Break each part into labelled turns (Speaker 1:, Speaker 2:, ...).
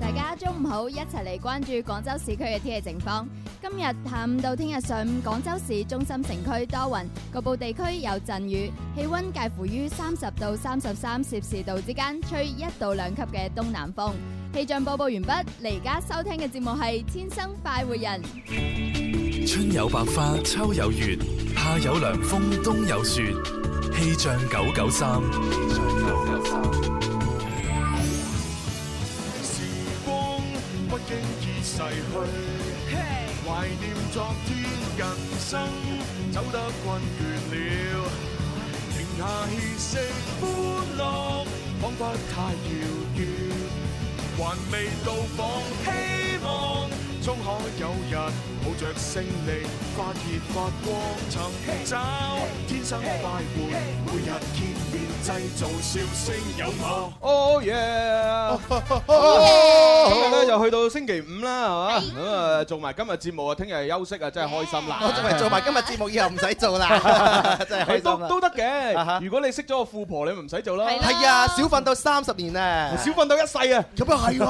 Speaker 1: 大家中午好，一齊嚟關注廣州市區嘅天氣情況。今日下午到聽日上午，廣州市中心城區多雲，局部地區有陣雨，氣温介乎於三十到三十三攝氏度之間，吹一到兩級嘅東南風。氣象播報完畢，你而家收聽嘅節目係《天生快活人》。
Speaker 2: 春有百花，秋有月，夏有涼風，冬有雪。氣象九九三，
Speaker 3: 時光不經意逝去，懷念昨天，人生走得困倦了，停下歇息，歡樂彷彿太遙遠，還未到訪，希望終可有日抱着勝利發熱發光，尋找天生快活，每日見面製造笑聲有我。
Speaker 4: 哦耶！咁咧又去到星期五啦，係嘛？咁啊做埋今日節目啊，聽日休息啊，真係開心啦！
Speaker 5: 我仲係做埋今日節目以後唔使做啦，真係開心
Speaker 4: 都
Speaker 5: 啦。
Speaker 4: 都得
Speaker 5: 啊哈
Speaker 4: 嘅。如果你識咗個富婆，你咪唔使做啦。
Speaker 1: 係啦
Speaker 5: 係啊，少瞓到三十年啊！
Speaker 4: 少瞓到一世啊！
Speaker 5: 咁啊係喎，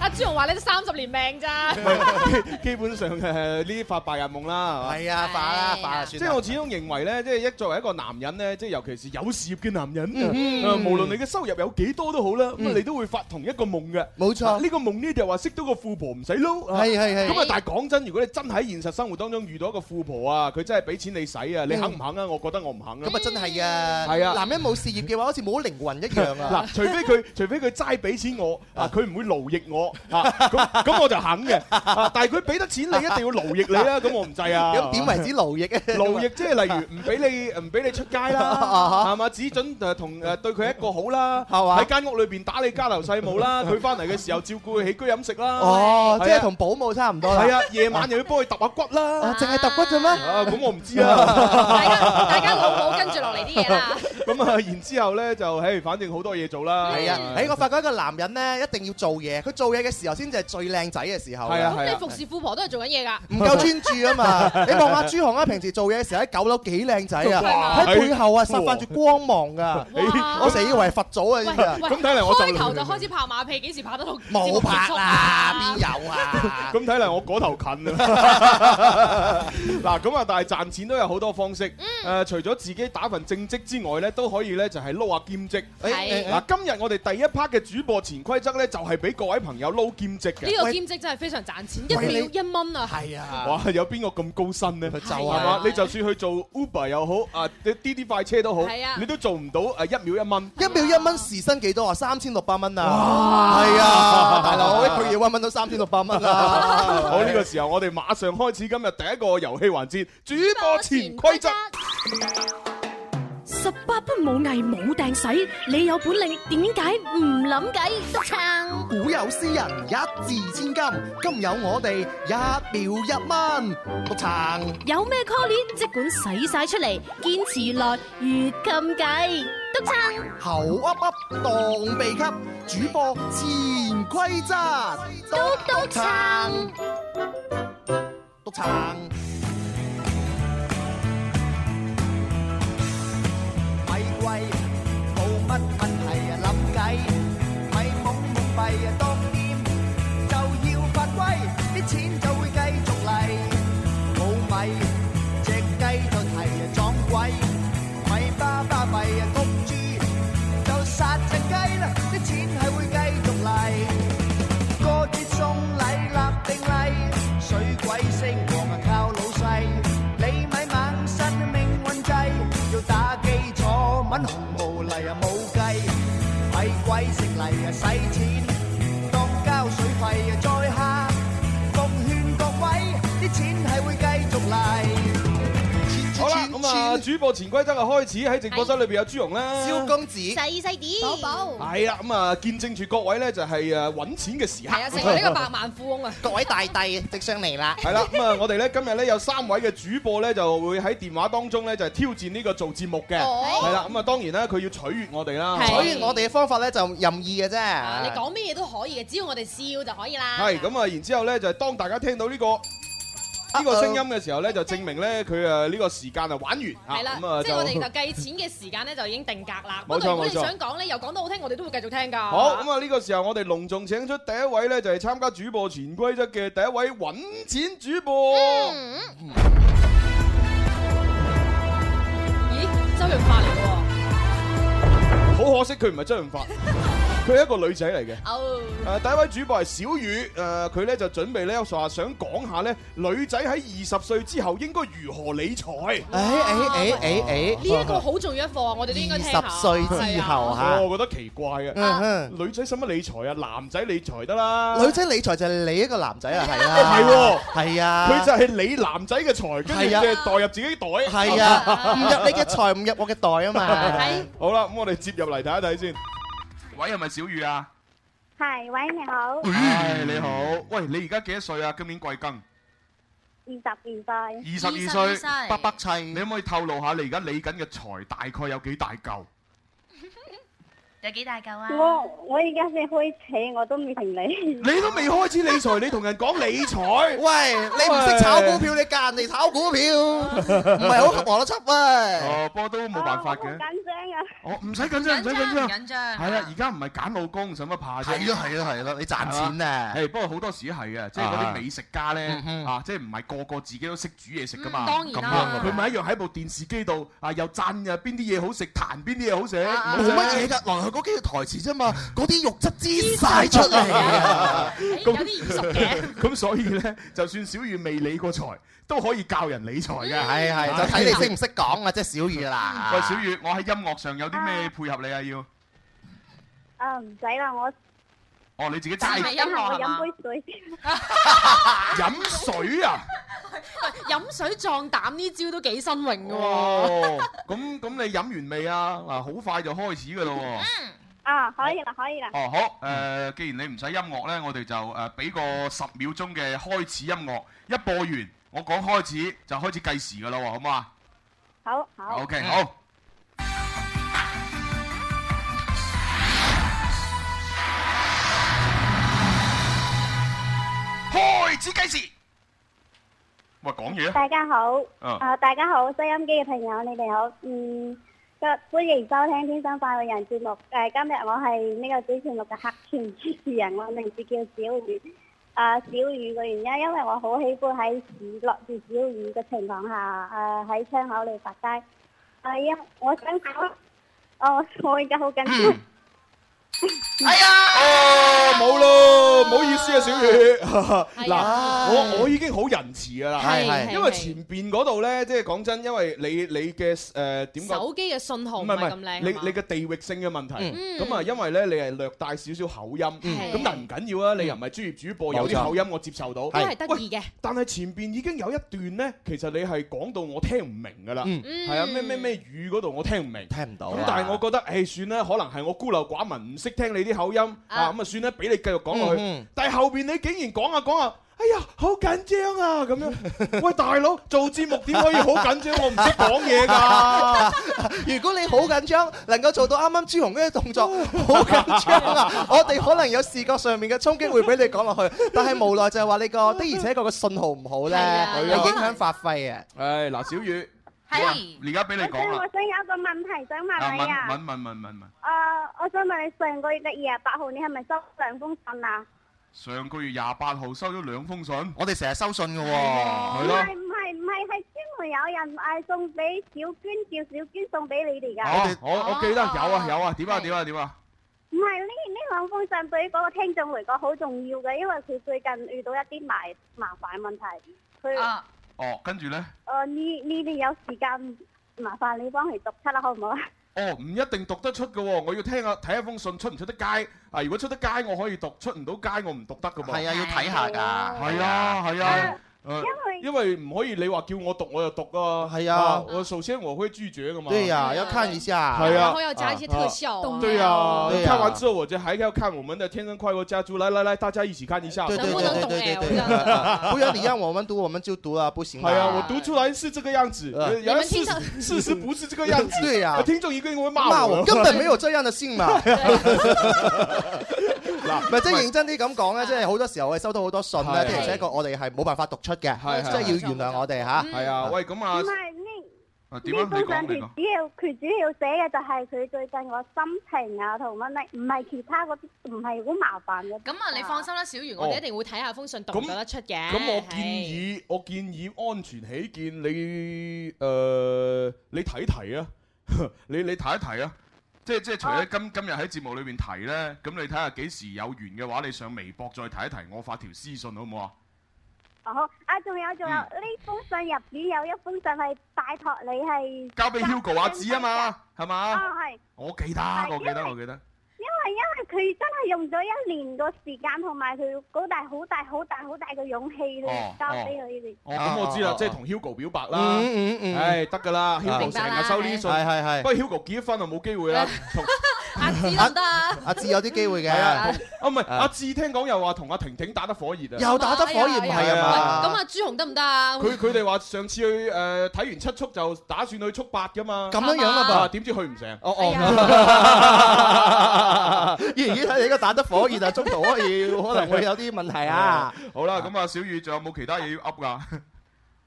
Speaker 6: 阿朱紅話你都三十年 命咋？
Speaker 4: 基本上誒呢啲發白日夢啦，係嘛？
Speaker 5: 係啊，化啦化啦
Speaker 4: 即
Speaker 5: 算
Speaker 4: 係
Speaker 5: 啦
Speaker 4: 我。始終認為咧，即係一作為一個男人咧，即係尤其是有事業嘅男人，啊無論你嘅收入有幾多都好啦，咁啊你都會發同一個夢嘅。
Speaker 5: 冇錯
Speaker 4: 啊呢個夢呢就話識到個富婆唔使撈。啊
Speaker 5: 係係係
Speaker 4: 咁啊，但係講真，如果你真喺現實生活當中遇到一個富婆啊，佢真係俾錢你使啊，你肯唔肯啊？我覺得我唔肯啊。
Speaker 5: 咁啊真係啊，
Speaker 4: 係啊
Speaker 5: 男人冇事業嘅話，好似冇靈魂一樣 啊。
Speaker 4: 嗱，除非佢除非佢齋俾錢我啊，佢唔會勞役我啊，咁咁我就肯嘅。啊但係佢俾得錢你，一定要勞役你 啊，咁我唔制啊。
Speaker 5: 咁點為之勞役啊？
Speaker 4: 勞役即係例如唔俾你唔俾你出街啦，
Speaker 5: 啊
Speaker 4: 係嘛？只準誒同誒對佢一個好啦，
Speaker 5: 係嘛
Speaker 4: 喺間屋裏邊打你家頭細務 啦，佢翻嚟嘅時候照顧佢起居飲食啦，
Speaker 5: 哦，即
Speaker 4: 係啊
Speaker 5: 係同保姆差唔多啦。
Speaker 4: 係啊，夜晚又要幫佢揼下骨
Speaker 5: 哦，
Speaker 4: 啦。
Speaker 5: 淨係揼骨啫咩？
Speaker 4: 啊，咁我唔知啊，
Speaker 6: 大家大家老母跟住落嚟啲嘢啦。
Speaker 4: 咁啊，然之後咧就，誒，反正好多嘢做啦，
Speaker 5: 係啊，
Speaker 6: 嗯
Speaker 5: 誒，我發覺一個男人咧，一定要做嘢，佢做嘢嘅時候先至係最靚仔嘅時候。
Speaker 4: 係啊
Speaker 6: 咁你服侍富婆都係做緊嘢㗎。
Speaker 5: 唔夠專注啊 嘛！你望下朱紅啊，平時做嘢嘅時候喺九樓幾靚仔啊，
Speaker 4: 哇
Speaker 5: 喺背後啊散發住光芒噶。
Speaker 6: 哇
Speaker 5: 我成日以為係佛祖啊，
Speaker 6: 喂
Speaker 5: 知唔知啊？
Speaker 6: 喂，
Speaker 4: 咁睇嚟我就
Speaker 6: 開頭就開始拍馬屁，幾時拍得到？
Speaker 5: 冇拍啦，
Speaker 6: 節目結束啊
Speaker 5: 邊有啊？
Speaker 4: 咁睇嚟我嗰頭近 啊！嗱，咁啊，但係賺錢都有好多方式。誒、
Speaker 6: 嗯
Speaker 4: 除咗自己打份正職之外咧，都可以咧就係撈下兼職。
Speaker 5: 誒
Speaker 6: 係
Speaker 4: 嗱，今日我哋第一 part 嘅主播潛規則咧，就係俾各位朋友撈兼職
Speaker 6: 呢
Speaker 4: 嘅。
Speaker 6: 個兼職真係非常賺錢，一
Speaker 5: 喂
Speaker 6: 秒
Speaker 5: 你
Speaker 6: 一蚊啊！
Speaker 5: 係啊，
Speaker 4: 哇！有邊個咁高薪呢？
Speaker 5: 佢就
Speaker 4: 係
Speaker 5: 係
Speaker 4: 嘛
Speaker 6: 啊？
Speaker 4: 你就算去做 Uber 又好，啊滴滴快車都好
Speaker 6: 係啊，
Speaker 4: 你都做唔到誒一秒一蚊。
Speaker 5: 一秒一蚊時薪幾多啊？三千六百蚊啊！係啊，大佬一個月揾揾到三千六百蚊啊！
Speaker 4: 好，呢個時候，我哋馬上開始今日第一個遊戲環節，主播潛規則。
Speaker 7: 十八般武藝冇掟使，你有本領點解唔諗計？督撐
Speaker 5: 古有詩人一字千金，今有我哋一秒一蚊，督撐。
Speaker 7: 有咩 call 鏈，即管使晒出嚟，堅持耐越禁計。督撐
Speaker 5: 口噏噏當秘笈，主播潛規則，
Speaker 7: 督督撐，
Speaker 5: 督撐。
Speaker 8: 咪貴冇乜問題啊，諗計咪懵懵閉啊，當店就要發威，啲錢就會繼續嚟。冇米隻雞就提啊撞鬼，咪巴巴閉啊焗豬就殺隻雞啦，啲錢係會繼續嚟。過節送禮立定例，水鬼升王啊靠老細，你咪猛身命運滯，要打基礎揾紅毛嚟啊冇計，咪鬼食嚟啊使錢，當交水費啊再下，奉勸各位啲錢係會繼續嚟。
Speaker 4: 好啦，咁啊，啊，主播潛規則啊開始喺直播室裏邊有朱容啦。
Speaker 5: 蕭公子，
Speaker 9: 細細啲，
Speaker 10: 寶寶，
Speaker 4: 係啦，咁啊見證住各位咧就係誒揾錢嘅時刻
Speaker 11: 係。啊，成為呢個百萬富翁啊！
Speaker 5: 各位大帝即上嚟啦！
Speaker 4: 係啦，咁啊，我哋咧今日咧有三位嘅主播咧就會喺電話當中咧就係挑戰呢個做節目嘅。
Speaker 11: 哦
Speaker 4: 係啦，咁啊當然啦，佢要取悅我哋啦。
Speaker 11: 係
Speaker 5: 所以我哋嘅方法咧就任意嘅啫。
Speaker 11: 啊你講咩嘢都可以嘅，只要我哋笑就可以啦。
Speaker 4: 係咁啊，然之後咧就係當大家聽到呢個。呢個聲音嘅時候咧，就證明咧佢誒呢個時間啊玩完
Speaker 11: 係
Speaker 4: 啊，
Speaker 11: 啦
Speaker 4: 咁啊，
Speaker 11: 即係我 哋就
Speaker 4: 就
Speaker 11: 計錢嘅時間咧，就已經定格啦。
Speaker 4: 冇
Speaker 11: 不
Speaker 4: 錯
Speaker 11: 過如果你
Speaker 4: 冇錯
Speaker 11: 想講咧，又講得好聽，我哋都會繼續聽㗎。
Speaker 4: 好咁啊！呢個時候我哋隆重請出第一位咧，就係參加主播潛規則嘅第一位揾錢主播。
Speaker 11: 嗯咦，周潤發嚟嘅喎。
Speaker 4: 好可惜佢唔係周 潤發，佢係一個女仔嚟嘅。
Speaker 11: 哦，
Speaker 4: 誒、第一位主播係小雨，誒佢咧就準備咧話想講下咧女仔喺二十歲之後應該如何理財。
Speaker 5: 誒誒誒誒誒，
Speaker 11: 呢一個好重要一課啊，我哋都應該聽下。
Speaker 5: 20歲之
Speaker 11: 係
Speaker 5: 後
Speaker 11: 啊
Speaker 5: 啊
Speaker 4: 我覺得奇怪嘅，
Speaker 5: 嗯哼
Speaker 4: 女仔使乜理財啊？男仔理財得啦。
Speaker 5: 女仔理財就係你一個男仔 啊，係
Speaker 4: 係喎
Speaker 5: 啊，係啊，
Speaker 4: 佢就係理男仔嘅財，跟住
Speaker 5: 係啊
Speaker 4: 就代入自己袋。
Speaker 5: 係啊，唔入你嘅財，唔入我嘅袋啊嘛。
Speaker 4: 好啦，咁我哋接入嚟睇一睇先。喂，係咪小雨啊？
Speaker 6: 系，喂，你好，二
Speaker 4: 唉，你好。喂，你而家幾多歲啊？今年貴庚？
Speaker 6: 十二歲，
Speaker 4: 二十二歲。
Speaker 5: 北北砌，
Speaker 4: 你可唔可以透露下你而家理緊嘅財大概有幾大嚿？
Speaker 9: 有幾大嚿啊？
Speaker 6: 我我而家先開始，我都未同你，
Speaker 4: 你都未開始理財，你同人講理財？
Speaker 5: 喂，你唔識炒股票，你教人哋炒股票，唔係好合邏輯啊！
Speaker 4: 哦，不過都冇辦法
Speaker 6: 我好
Speaker 4: 嘅。
Speaker 6: 緊張啊，
Speaker 4: 我哦唔使緊張，唔使緊張。係
Speaker 11: 張啊
Speaker 4: 啦，而家唔係揀老公，使乜怕啫？
Speaker 5: 係咯係咯係咯，你賺錢啊！
Speaker 4: 誒，不過好多時係嘅，即係嗰啲
Speaker 5: 啊
Speaker 4: 美食家咧
Speaker 5: 嗯哼
Speaker 4: 啊，即係唔係個個自己都識煮嘢食噶嘛？
Speaker 11: 嗯當然啦
Speaker 4: 咁樣佢咪一樣喺部電視機度啊，又讚啊邊啲嘢好食，彈邊啲嘢好食，
Speaker 11: 啊
Speaker 4: 嗯
Speaker 5: 冇
Speaker 4: 冇
Speaker 5: 乜嘢。㗎，來去嗰幾句台詞啫嘛，嗰啲肉質滋晒出 嚟啊！
Speaker 11: 誒哎有 啲耳熟嘅。
Speaker 4: 咁所以咧，就算小雨未理過財，都可以教人理財嘅。
Speaker 5: 係係，就睇你識唔識講啊，即係小雨啦。
Speaker 4: 喂，小雨，我喺音樂上有啲咩配合你啊？要
Speaker 6: 啊唔使啦，我
Speaker 4: 哦，你自己
Speaker 11: 係
Speaker 4: 齋
Speaker 11: 音樂
Speaker 6: 我
Speaker 11: 係嘛
Speaker 6: 飲？杯水先，
Speaker 4: 飲水啊！
Speaker 11: 飲水壯膽呢招都幾新穎嘅喎。
Speaker 4: 哦，咁咁你飲完未啊？嗱，好快就開始噶咯喎。
Speaker 6: 啊 可以啦，可以啦，
Speaker 4: 哦，好，誒、既然你唔使音樂呢，我哋就誒俾、個十秒鐘嘅開始音樂，一播完，我講開始就開始計時噶啦喎，好唔好啊
Speaker 6: 好好，
Speaker 4: ？OK，好。開始計時。喂，講嘢啊！
Speaker 6: 大家好，
Speaker 4: 嗯
Speaker 6: 啊大家好，收音機嘅朋友你哋好，嗯。歡迎收聽《天生快活人》節目。誒、今日我係呢個主持節目嘅客 串主持人，我名字叫小雨。啊、小雨嘅原因，因為我好喜歡喺市落住小雨嘅情況下，誒、喺窗口度發呆。啊，因我想講，哦，我而家好緊張。
Speaker 5: 哎呀，
Speaker 4: 冇咯，唔好意思啊，小雨。
Speaker 11: 係
Speaker 4: 嗱，
Speaker 11: 啊
Speaker 4: 我我已經好仁慈噶啦。
Speaker 5: 係係
Speaker 4: 因為前邊嗰度咧，即係講真，因為你你嘅誒點講？
Speaker 11: 手機嘅信號
Speaker 4: 唔
Speaker 11: 唔
Speaker 4: 係
Speaker 11: 係
Speaker 4: 唔
Speaker 11: 咁
Speaker 4: 係，
Speaker 11: 靚，
Speaker 4: 你
Speaker 11: 係嘛
Speaker 4: 你嘅地域性嘅問題，
Speaker 11: 嗯
Speaker 4: 咁啊，因為咧你係略帶少少口音，
Speaker 11: 嗯
Speaker 4: 咁但唔緊要啊，你又唔係專業主播，有
Speaker 5: 冇
Speaker 4: 啲
Speaker 5: 錯
Speaker 4: 口音我接受到
Speaker 11: 都。係得意嘅。
Speaker 4: 但係前邊已經有一段咧，其實你係講到我聽唔明㗎啦，
Speaker 5: 嗯
Speaker 11: 嗯
Speaker 4: 係啊咩咩咩語嗰度我聽唔明。
Speaker 5: 聽唔到啊
Speaker 4: 咁但係我覺得，誒算啦，可能係我孤陋寡聞，唔識聽你啲口音啊，咁啊算啦，俾你繼續講落去。
Speaker 5: 嗯嗯
Speaker 4: 但係後邊你竟然講下講下，哎呀，好緊張啊咁樣。喂，大佬做節目點可以好緊張？我唔識講嘢㗎。
Speaker 5: 如果你好緊張，能夠做到啱啱朱紅嗰啲動作，好緊張啊！我哋可能有視覺上面嘅衝擊會俾你講落去，但係無奈就係話你個的而且確個信號唔好
Speaker 11: 係
Speaker 4: à.
Speaker 5: 咧
Speaker 11: 啊，
Speaker 5: 有影響發揮啊！
Speaker 4: 唉，嗱，小雨，
Speaker 9: 係
Speaker 4: 而家俾你
Speaker 6: 我
Speaker 4: 講
Speaker 6: 想，
Speaker 4: 啦
Speaker 6: 我。想有一個問題想
Speaker 4: 啊，
Speaker 6: 問
Speaker 4: 問
Speaker 6: 你啊。
Speaker 4: 問問問問問，
Speaker 6: 啊我想問你上個月嘅二十八號，你係咪收兩封信啊？
Speaker 4: 上個月廿八號收咗兩封信，係
Speaker 5: 我哋成日收信嘅喎，
Speaker 6: 唔
Speaker 4: 咯
Speaker 6: 係。唔係唔係，係專門有人誒送俾小娟，叫小娟送俾你哋㗎。
Speaker 4: 哦，我我記得有啊有啊，點啊點啊點啊，
Speaker 6: 唔係呢呢兩封信對於嗰個聽眾嚟講好重要嘅，因為佢最近遇到一啲麻麻煩問題，佢誒
Speaker 4: 哦，跟住呢，
Speaker 6: 呢呢啲有時間麻煩你幫佢讀出啦，好唔好啊？
Speaker 4: 哦，唔一定讀得出嘅喎，我要聽下睇一封信出唔出得街啊？如果出得街我可以讀，出唔到街我唔讀得嘅噃。
Speaker 5: 係啊，要睇下㗎，
Speaker 4: 係啊係啊，誒
Speaker 6: 因為
Speaker 4: 因为唔可以你话叫我读我就读啊。
Speaker 5: 系啊
Speaker 4: 我首先我会拒绝噶嘛。
Speaker 5: 对呀，要看一下，
Speaker 4: 系啊，
Speaker 11: 效啊
Speaker 4: 对呀、
Speaker 5: 对呀
Speaker 4: 看完之后我就还要看我们的《天生快活家族》，来来来，大家一起看一下。
Speaker 5: 对对对对对对对，啊不然你让我们读我们就读啊，不行
Speaker 4: 系
Speaker 5: 吧。
Speaker 4: 啊，我读出来是这个样子，
Speaker 5: 呃
Speaker 4: 原来
Speaker 5: 你
Speaker 4: 事
Speaker 5: 们听到
Speaker 4: 实事实不是这个样 子。啊
Speaker 5: 对呀
Speaker 4: 听众一定会骂
Speaker 5: 骂
Speaker 4: 我
Speaker 5: 我根本沒有這樣嘅信嘛。
Speaker 4: 嗱，
Speaker 5: 唔係即係認真啲咁講咧，即係好多時候我哋收到好多信咧，
Speaker 4: 係
Speaker 5: 的而且確我哋係冇辦法讀出嘅，
Speaker 4: 係
Speaker 5: 即
Speaker 4: 係
Speaker 5: 係要原諒我哋吓。
Speaker 4: 係啊，喂，咁啊
Speaker 6: 唔，係呢
Speaker 4: 啊點
Speaker 6: 呢
Speaker 4: 啊？你
Speaker 6: 封信
Speaker 4: 講你
Speaker 6: 佢
Speaker 4: 講。
Speaker 6: 主要佢主要寫嘅就係佢最近個心情啊同乜乜，唔係其他嗰啲唔係好麻煩嘅。
Speaker 11: 咁啊，你放心啦，小圓，我哋一定會睇下封信讀唔讀得出嘅。
Speaker 4: 咁我建
Speaker 11: 係
Speaker 4: 議，我建議安全起見，你誒你睇提啊， 你你睇一睇啊。即係即係除咗今今日喺節目裏邊提呢，咁你睇下幾時有緣嘅話，你上微博再提一提，我發條私信好唔好啊？
Speaker 6: 哦，啊，仲有仲有
Speaker 4: 嗯
Speaker 6: 呢封信入邊有一封信係拜託你係
Speaker 4: 交俾 Hugo 阿子啊嘛，係
Speaker 6: 哦
Speaker 4: 嘛？
Speaker 6: 係。
Speaker 4: 我記得，
Speaker 6: 係
Speaker 4: 我記
Speaker 6: 因
Speaker 4: 得，
Speaker 6: 為
Speaker 4: 我記得。
Speaker 6: 因為因為佢真係用咗一年個時間，同埋佢好大好大好大好大嘅勇氣去
Speaker 4: 哦
Speaker 6: 交俾佢哋。
Speaker 4: 哦，咁我知
Speaker 5: 哦
Speaker 4: 啦
Speaker 5: 哦，
Speaker 4: 即係同 Hugo 表白啦。
Speaker 5: 嗯嗯嗯，
Speaker 4: 唉，得噶啦，Hugo
Speaker 5: 明
Speaker 4: 成
Speaker 11: 白啦
Speaker 4: 日收呢啲信，
Speaker 5: 係係係
Speaker 4: 不過 Hugo 結咗婚就冇機會啦。同
Speaker 11: 阿子得唔 得啊？
Speaker 5: 阿志有啲機會嘅
Speaker 4: 係，啊，同啊唔係阿志聽講又話同阿婷婷打得火熱啊。
Speaker 5: 又打得火
Speaker 11: 哦
Speaker 5: 熱唔係
Speaker 4: 係
Speaker 5: 啊
Speaker 4: 啊
Speaker 11: 咁
Speaker 5: 嘛？
Speaker 11: 啊，朱紅得唔得啊？
Speaker 4: 佢佢哋話上次去誒睇完七速就打算去速八噶嘛，
Speaker 5: 咁樣樣啦
Speaker 4: 啊
Speaker 5: 噃。
Speaker 4: 點知去唔成？
Speaker 5: 哦
Speaker 4: 哎
Speaker 5: 哦，依然睇你而家打得火熱啊，中途可以可能會有啲 問題啊。
Speaker 4: 好啦，咁啊，小雨仲有冇其他嘢要噏噶？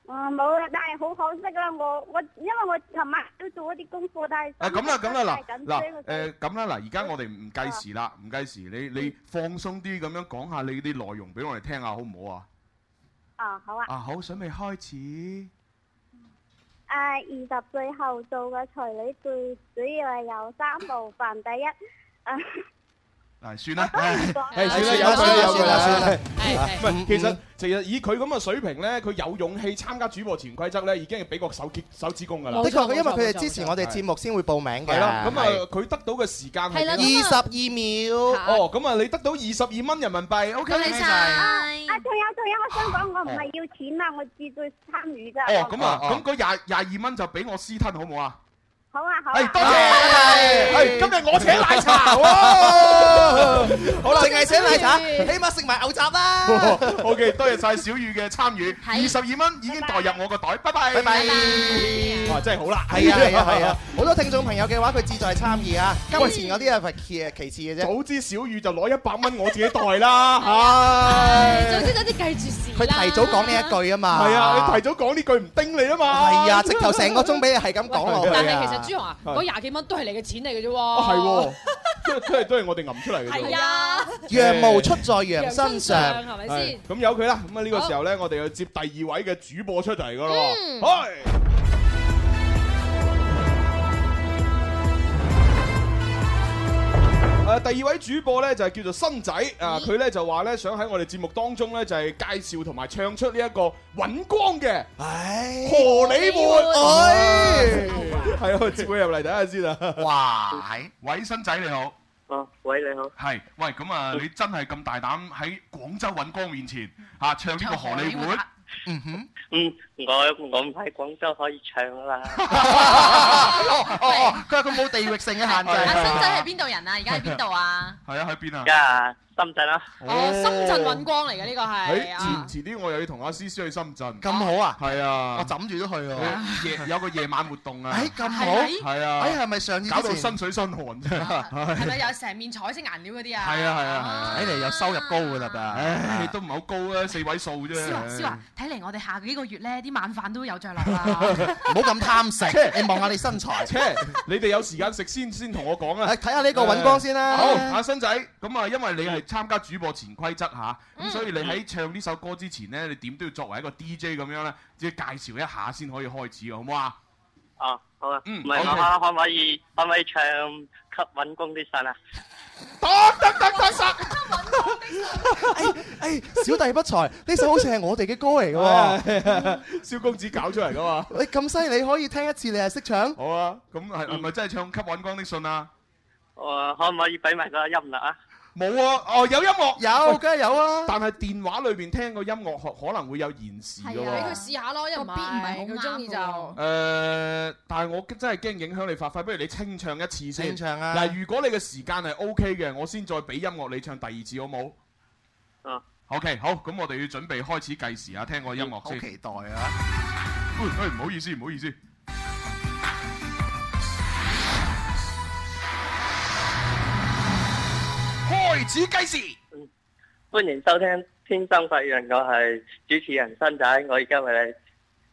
Speaker 4: 哦
Speaker 6: 啊冇啦，但係好可惜啦，我我因為我琴晚都做一啲功課，但係
Speaker 4: 啊咁啦，咁啦，嗱嗱
Speaker 6: 誒
Speaker 4: 誒咁啦，嗱而家我哋唔計時啦，唔計時，你你放鬆啲咁樣講下你啲內容俾我哋聽下好唔好啊？
Speaker 6: 啊好啊，
Speaker 4: 啊好，準備開始。
Speaker 6: 誒啊二十歲後做嘅才女最主要係有三部分，第一啊誒
Speaker 4: 嗱，算啦。
Speaker 6: 講
Speaker 4: 算啦
Speaker 5: 算啦
Speaker 4: 有佢啦有佢
Speaker 5: 算啦
Speaker 4: 啦
Speaker 5: 算啦。
Speaker 11: 係係
Speaker 4: 唔係，其實其實以佢咁嘅水平咧，佢有勇氣參加主播潛規則咧，已經係俾個手結手指公㗎啦
Speaker 11: 冇。
Speaker 5: 的確，
Speaker 11: 錯
Speaker 5: 因為佢
Speaker 11: 冇
Speaker 5: 哋
Speaker 11: 錯
Speaker 5: 支持我哋
Speaker 4: 冇錯
Speaker 5: 節目先會報名嘅。
Speaker 4: 係啦，咁啊，佢得到嘅時間係
Speaker 11: 係啦
Speaker 4: 幾
Speaker 5: 二
Speaker 4: 多
Speaker 5: 十二秒。
Speaker 4: 哦，咁啊，你得到二十二蚊人民幣，OK，
Speaker 11: 恭喜晒！
Speaker 6: 啊仲有仲有，我想講我唔係要錢啊，我志在參與咋。
Speaker 4: 哦，咁啊，
Speaker 5: 哦
Speaker 4: 咁嗰廿廿二蚊就俾我私吞好唔好啊？
Speaker 6: 好啊好
Speaker 4: 係，
Speaker 6: 啊。
Speaker 4: 多謝，
Speaker 5: 係
Speaker 4: 係今日我請奶 茶喎。
Speaker 5: 好啦，淨係寫奶茶，起碼食埋牛雜啦。
Speaker 4: OK，多謝晒小雨嘅參與，二十二蚊已經代入我個袋，拜拜，拜拜，哇，真係好啦，
Speaker 5: 係啊 係啊係啊！好多聽眾朋友嘅話，佢志在參與啊。金錢嗰啲係其其次嘅啫。
Speaker 4: 早知小雨就攞一百蚊我自己袋啦，
Speaker 11: 總
Speaker 4: 唉，
Speaker 11: 之總之記住時啦
Speaker 5: 佢提早講呢一。句啊嘛。
Speaker 4: 係啊，你提早講呢句唔叮你啊嘛，
Speaker 5: 係啊，直頭成個鐘俾你係咁講落去
Speaker 11: 但
Speaker 5: 啊
Speaker 11: 係其實朱紅啊，嗰廿幾蚊都係你嘅錢嚟嘅啫
Speaker 4: 哦，係
Speaker 11: 喎。
Speaker 4: 喎，都都係都係我哋揞出嚟嘅啫。
Speaker 11: 係啊，
Speaker 5: 羊毛出在羊身上。
Speaker 11: 係咪
Speaker 4: 係
Speaker 11: 先？
Speaker 4: 咁由佢啦，咁啊呢個時候咧，我哋要接第二位嘅主播出嚟噶咯
Speaker 5: 嗯
Speaker 4: 喎，係誒第二位主播咧就係叫做新仔啊，佢咧就話咧想喺我哋節目當中咧就係介紹同埋唱出呢一個尹光嘅
Speaker 5: 唉，
Speaker 4: 荷里活，
Speaker 5: 唉，
Speaker 4: 係啊，接佢入嚟睇下先啊。
Speaker 5: 哇！
Speaker 4: 喂，新仔你好，
Speaker 12: 哦，喂，你好。
Speaker 4: 係喂咁啊，你真係咁大膽喺廣州尹光面前啊唱呢個荷里活？
Speaker 5: 嗯哼，
Speaker 12: 嗯，我我唔喺廣州可以唱啦。
Speaker 5: 哦哦哦，佢話佢冇地域性嘅限
Speaker 11: 阿
Speaker 5: 制。
Speaker 11: 新啊仔係邊度人啊？而家喺邊度 啊？
Speaker 4: 係啊，喺邊啊
Speaker 12: 而？家深圳啊啦，
Speaker 11: 哦，深圳揾光嚟嘅呢個係
Speaker 4: 誒，
Speaker 11: 啊
Speaker 4: 遲遲啲我又要同阿思思去深圳。
Speaker 5: 咁好啊！
Speaker 4: 係
Speaker 5: 我
Speaker 4: 啊，
Speaker 5: 枕住都去喎。
Speaker 4: 誒夜有個夜晚活動啊。
Speaker 5: 唉，咁好。
Speaker 11: 係咪
Speaker 4: 係啊
Speaker 5: 唉，，哎係咪上次
Speaker 4: 搞
Speaker 5: 之
Speaker 4: 到
Speaker 5: 前啊
Speaker 4: 身水身汗啫。
Speaker 11: 係咪有成面彩色顏料嗰啲啊？
Speaker 4: 係啊係啊係啊
Speaker 5: 睇嚟有哎收入高㗎啦吧？
Speaker 4: 唉，都唔係好高啊，四位數啫。
Speaker 11: 思華思華，睇嚟我哋下幾個月咧，啲晚飯都有 着落啦。
Speaker 6: 啊
Speaker 5: 唔好咁貪食，你望下你身材。
Speaker 4: 切，你哋有時間食先先同我講
Speaker 5: 唉
Speaker 4: 啦。
Speaker 5: 睇下呢個尹光先啦。
Speaker 4: 好， 阿新仔，咁啊，因為你係參加主播潛規則吓，咁所以你喺唱呢首歌之前呢，你點都要作為一個 DJ 咁樣咧，即係介紹一下先可以開始，好唔好啊？
Speaker 12: 哦，好啊。
Speaker 4: 嗯
Speaker 12: 唔係
Speaker 4: OK
Speaker 12: 媽媽可唔可以可唔可以唱給揾工啲信啊？
Speaker 4: 得得得得得！
Speaker 5: 誒，小弟不才，呢首好似係我哋嘅歌嚟嘅喎。
Speaker 4: 蕭公子搞出嚟噶嘛？
Speaker 5: 你咁犀利，可以聽一次你係識唱？
Speaker 4: 好嗯啊，咁係係咪真係唱《給揾光的信》啊？
Speaker 12: 我可唔可以俾埋個音量啊？
Speaker 4: 冇啊！哦，有音樂，
Speaker 5: 有梗係有啊！
Speaker 4: 但係電話裏邊聽個音樂可可能會有延時嘅
Speaker 6: 俾佢
Speaker 11: 啊
Speaker 4: 喎。
Speaker 6: 試下咯，又唔係佢中意就。
Speaker 4: 誒，呃但係我真係驚影響你發揮，不如你清唱一次先。
Speaker 5: 清唱啊
Speaker 4: 嗱，如果你嘅時間係 OK 嘅，我先再俾音樂你唱第二次，好冇？
Speaker 12: 嗯。
Speaker 4: OK，好，咁我哋要準備開始計時啊！聽我音樂先。
Speaker 5: 好期待啊！
Speaker 4: 喂喂，唔好意思，唔好意思。開始計時。
Speaker 12: 欢迎收聽《天生發人》，我係主持人新仔，我而家為你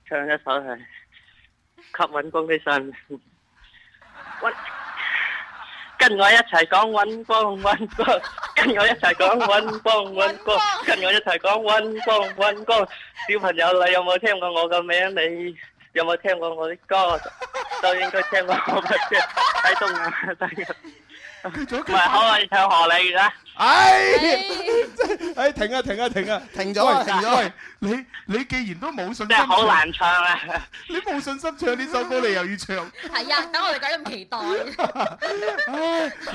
Speaker 12: 唱一首係《吸揾工的信》。揾跟我一齊講揾工揾工，跟我一齊講揾工揾工，跟我一齊講揾工揾工。小朋友，你有冇聽過我嘅名？你有冇聽過我啲歌？就應該聽過我嘅歌。睇東亞，睇
Speaker 4: 唔
Speaker 12: 係好啊，唱何你㗎？
Speaker 4: 唉，唉，停啊停啊停啊，
Speaker 5: 停
Speaker 12: 咗啊停咗
Speaker 4: 喂，你你既然都冇信心，
Speaker 12: 真係好難唱啊！
Speaker 4: 你冇信心唱呢首歌，你又要唱。
Speaker 6: 係啊，等我哋鬼咁期待。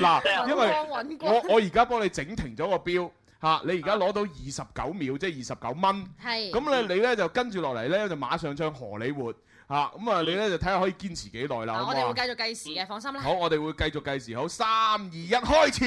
Speaker 4: 嗱，因為
Speaker 6: 揾光揾光
Speaker 4: 我我而家幫你整停咗個錶嚇，你而家攞到二十九秒，即係二十九蚊。
Speaker 6: 係
Speaker 4: 咁咧，你咧就跟住落嚟咧，就馬上唱荷里活嚇。咁啊，你咧就睇下可以堅持幾耐啦，
Speaker 6: 嗱，
Speaker 4: 好
Speaker 6: 我
Speaker 4: 唔好
Speaker 6: 哋
Speaker 4: 啊
Speaker 6: 會繼續計時嘅，放心啦。
Speaker 4: 好，我哋會繼續計時。好，三二一，開始。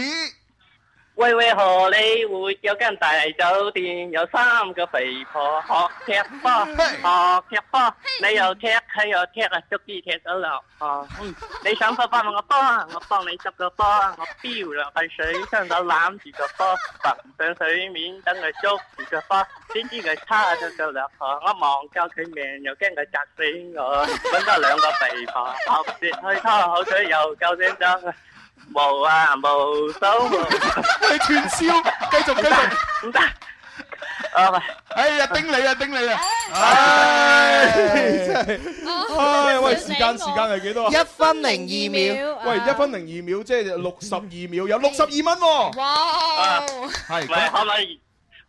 Speaker 12: 喂喂荷里活有間大酒店，有三個肥婆學踢波，學踢波，你又踢佢又踢啊，足之踢咗落哦。嗯你想波幫我波，我幫你執個波，我飆落去水，雙手攬住個波，浮上水面，等佢捉住個波，先知佢叉咗腳落河，我望夠佢命，又驚佢砸死我，揾咗兩個肥婆，學舌去拖口水，又夠醒咗。無啊無手無。
Speaker 4: 你串燒，繼續繼續。
Speaker 12: 唔得，啊喂，
Speaker 4: 哎呀，叮你啊，叮你啊！唉，真係，
Speaker 13: 哦
Speaker 4: 唉，喂，時間時間係幾多啊？
Speaker 5: 哎一分零二秒
Speaker 4: 喂，一分零二秒即係六十二秒，有六十二蚊喎。
Speaker 6: 哇！
Speaker 4: 係
Speaker 12: 喂，可
Speaker 4: 咁，
Speaker 12: 唔可以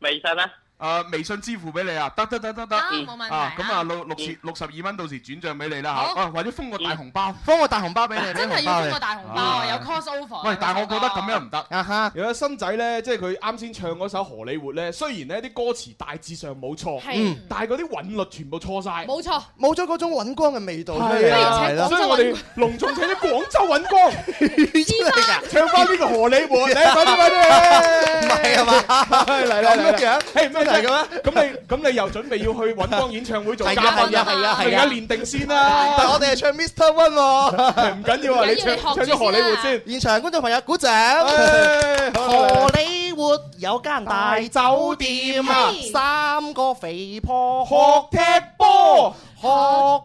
Speaker 12: 微信啊？
Speaker 4: 啊，微信支付俾你啊，得得得得得，
Speaker 6: 啊冇問題
Speaker 4: 啊，咁啊
Speaker 6: 啊
Speaker 4: 六六十六十二蚊到時轉帳俾你啦
Speaker 6: 好
Speaker 4: 嚇，啊或者封個大紅包。
Speaker 5: 封個大紅包俾 你，
Speaker 6: 真
Speaker 5: 俾
Speaker 6: 係
Speaker 5: 紅
Speaker 6: 要
Speaker 5: 包
Speaker 6: 通
Speaker 5: 你
Speaker 6: 過大紅包
Speaker 4: 啊
Speaker 6: 啊，有 cross over。
Speaker 4: 喂，但係我覺得咁樣唔得。
Speaker 5: 啊哈！
Speaker 4: 有個新仔呢，即係佢啱先唱嗰首《荷里活》呢，雖然呢啲歌詞大致上冇錯，
Speaker 6: 係
Speaker 4: 但係嗰啲韻律全部錯晒。
Speaker 6: 冇錯，
Speaker 5: 冇咗嗰種揾光嘅味道出嚟
Speaker 4: 係
Speaker 5: 啊，
Speaker 6: 不如請
Speaker 5: 啦
Speaker 6: 廣
Speaker 4: 所以
Speaker 6: 州
Speaker 4: 我哋
Speaker 6: 揾
Speaker 4: 隆重請啲廣州揾光
Speaker 5: 真係㗎
Speaker 4: 唱翻呢個荷里活，你快啲快啲，
Speaker 5: 唔係啊嘛？
Speaker 4: 係嚟嚟
Speaker 5: 咁
Speaker 4: 嚟
Speaker 5: 樣
Speaker 4: 嚟，係咩
Speaker 5: 真係嘅
Speaker 4: 咩？咁你咁你又準備要去揾光演唱會做嘉
Speaker 5: 係啊
Speaker 4: 賓
Speaker 5: 係啊係
Speaker 4: 啊？
Speaker 5: 啊係啊
Speaker 4: 咪而家練定先
Speaker 5: 但
Speaker 4: 啦，
Speaker 5: 我哋係唱 Mr. One 喎，
Speaker 4: 唔緊要啊！
Speaker 6: 唔緊要
Speaker 4: 你唱
Speaker 6: 你學
Speaker 4: 唱
Speaker 6: 住
Speaker 4: 咗荷里活先。
Speaker 5: 現場觀眾朋友鼓掌。
Speaker 4: 唉好
Speaker 5: 哎荷
Speaker 4: 啦
Speaker 5: 里活有間大酒店啊，三個肥婆
Speaker 4: 學踢波，
Speaker 5: 學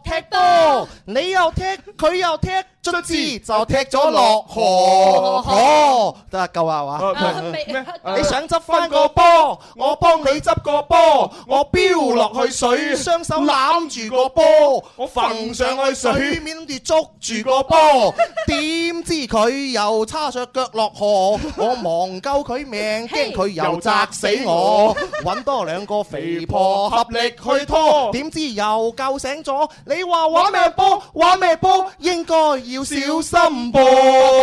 Speaker 5: 踢波，你又踢，佢又踢，卒之就踢咗落河河，得啦，夠啦，係嘛？
Speaker 4: 啊
Speaker 6: 啊未
Speaker 4: 咩
Speaker 6: 啊
Speaker 5: 你想執翻個波，我幫你執個波，我飆落去水，雙手攬住個波，
Speaker 4: 我浮上去水
Speaker 5: 面跟住捉住個 波，點知佢又叉着腳落河，我忘鳩佢命，驚佢又砸死我，揾多兩個肥婆合力去拖，點知又救醒咗，你話玩咩波？玩咩波？應該要小心 波。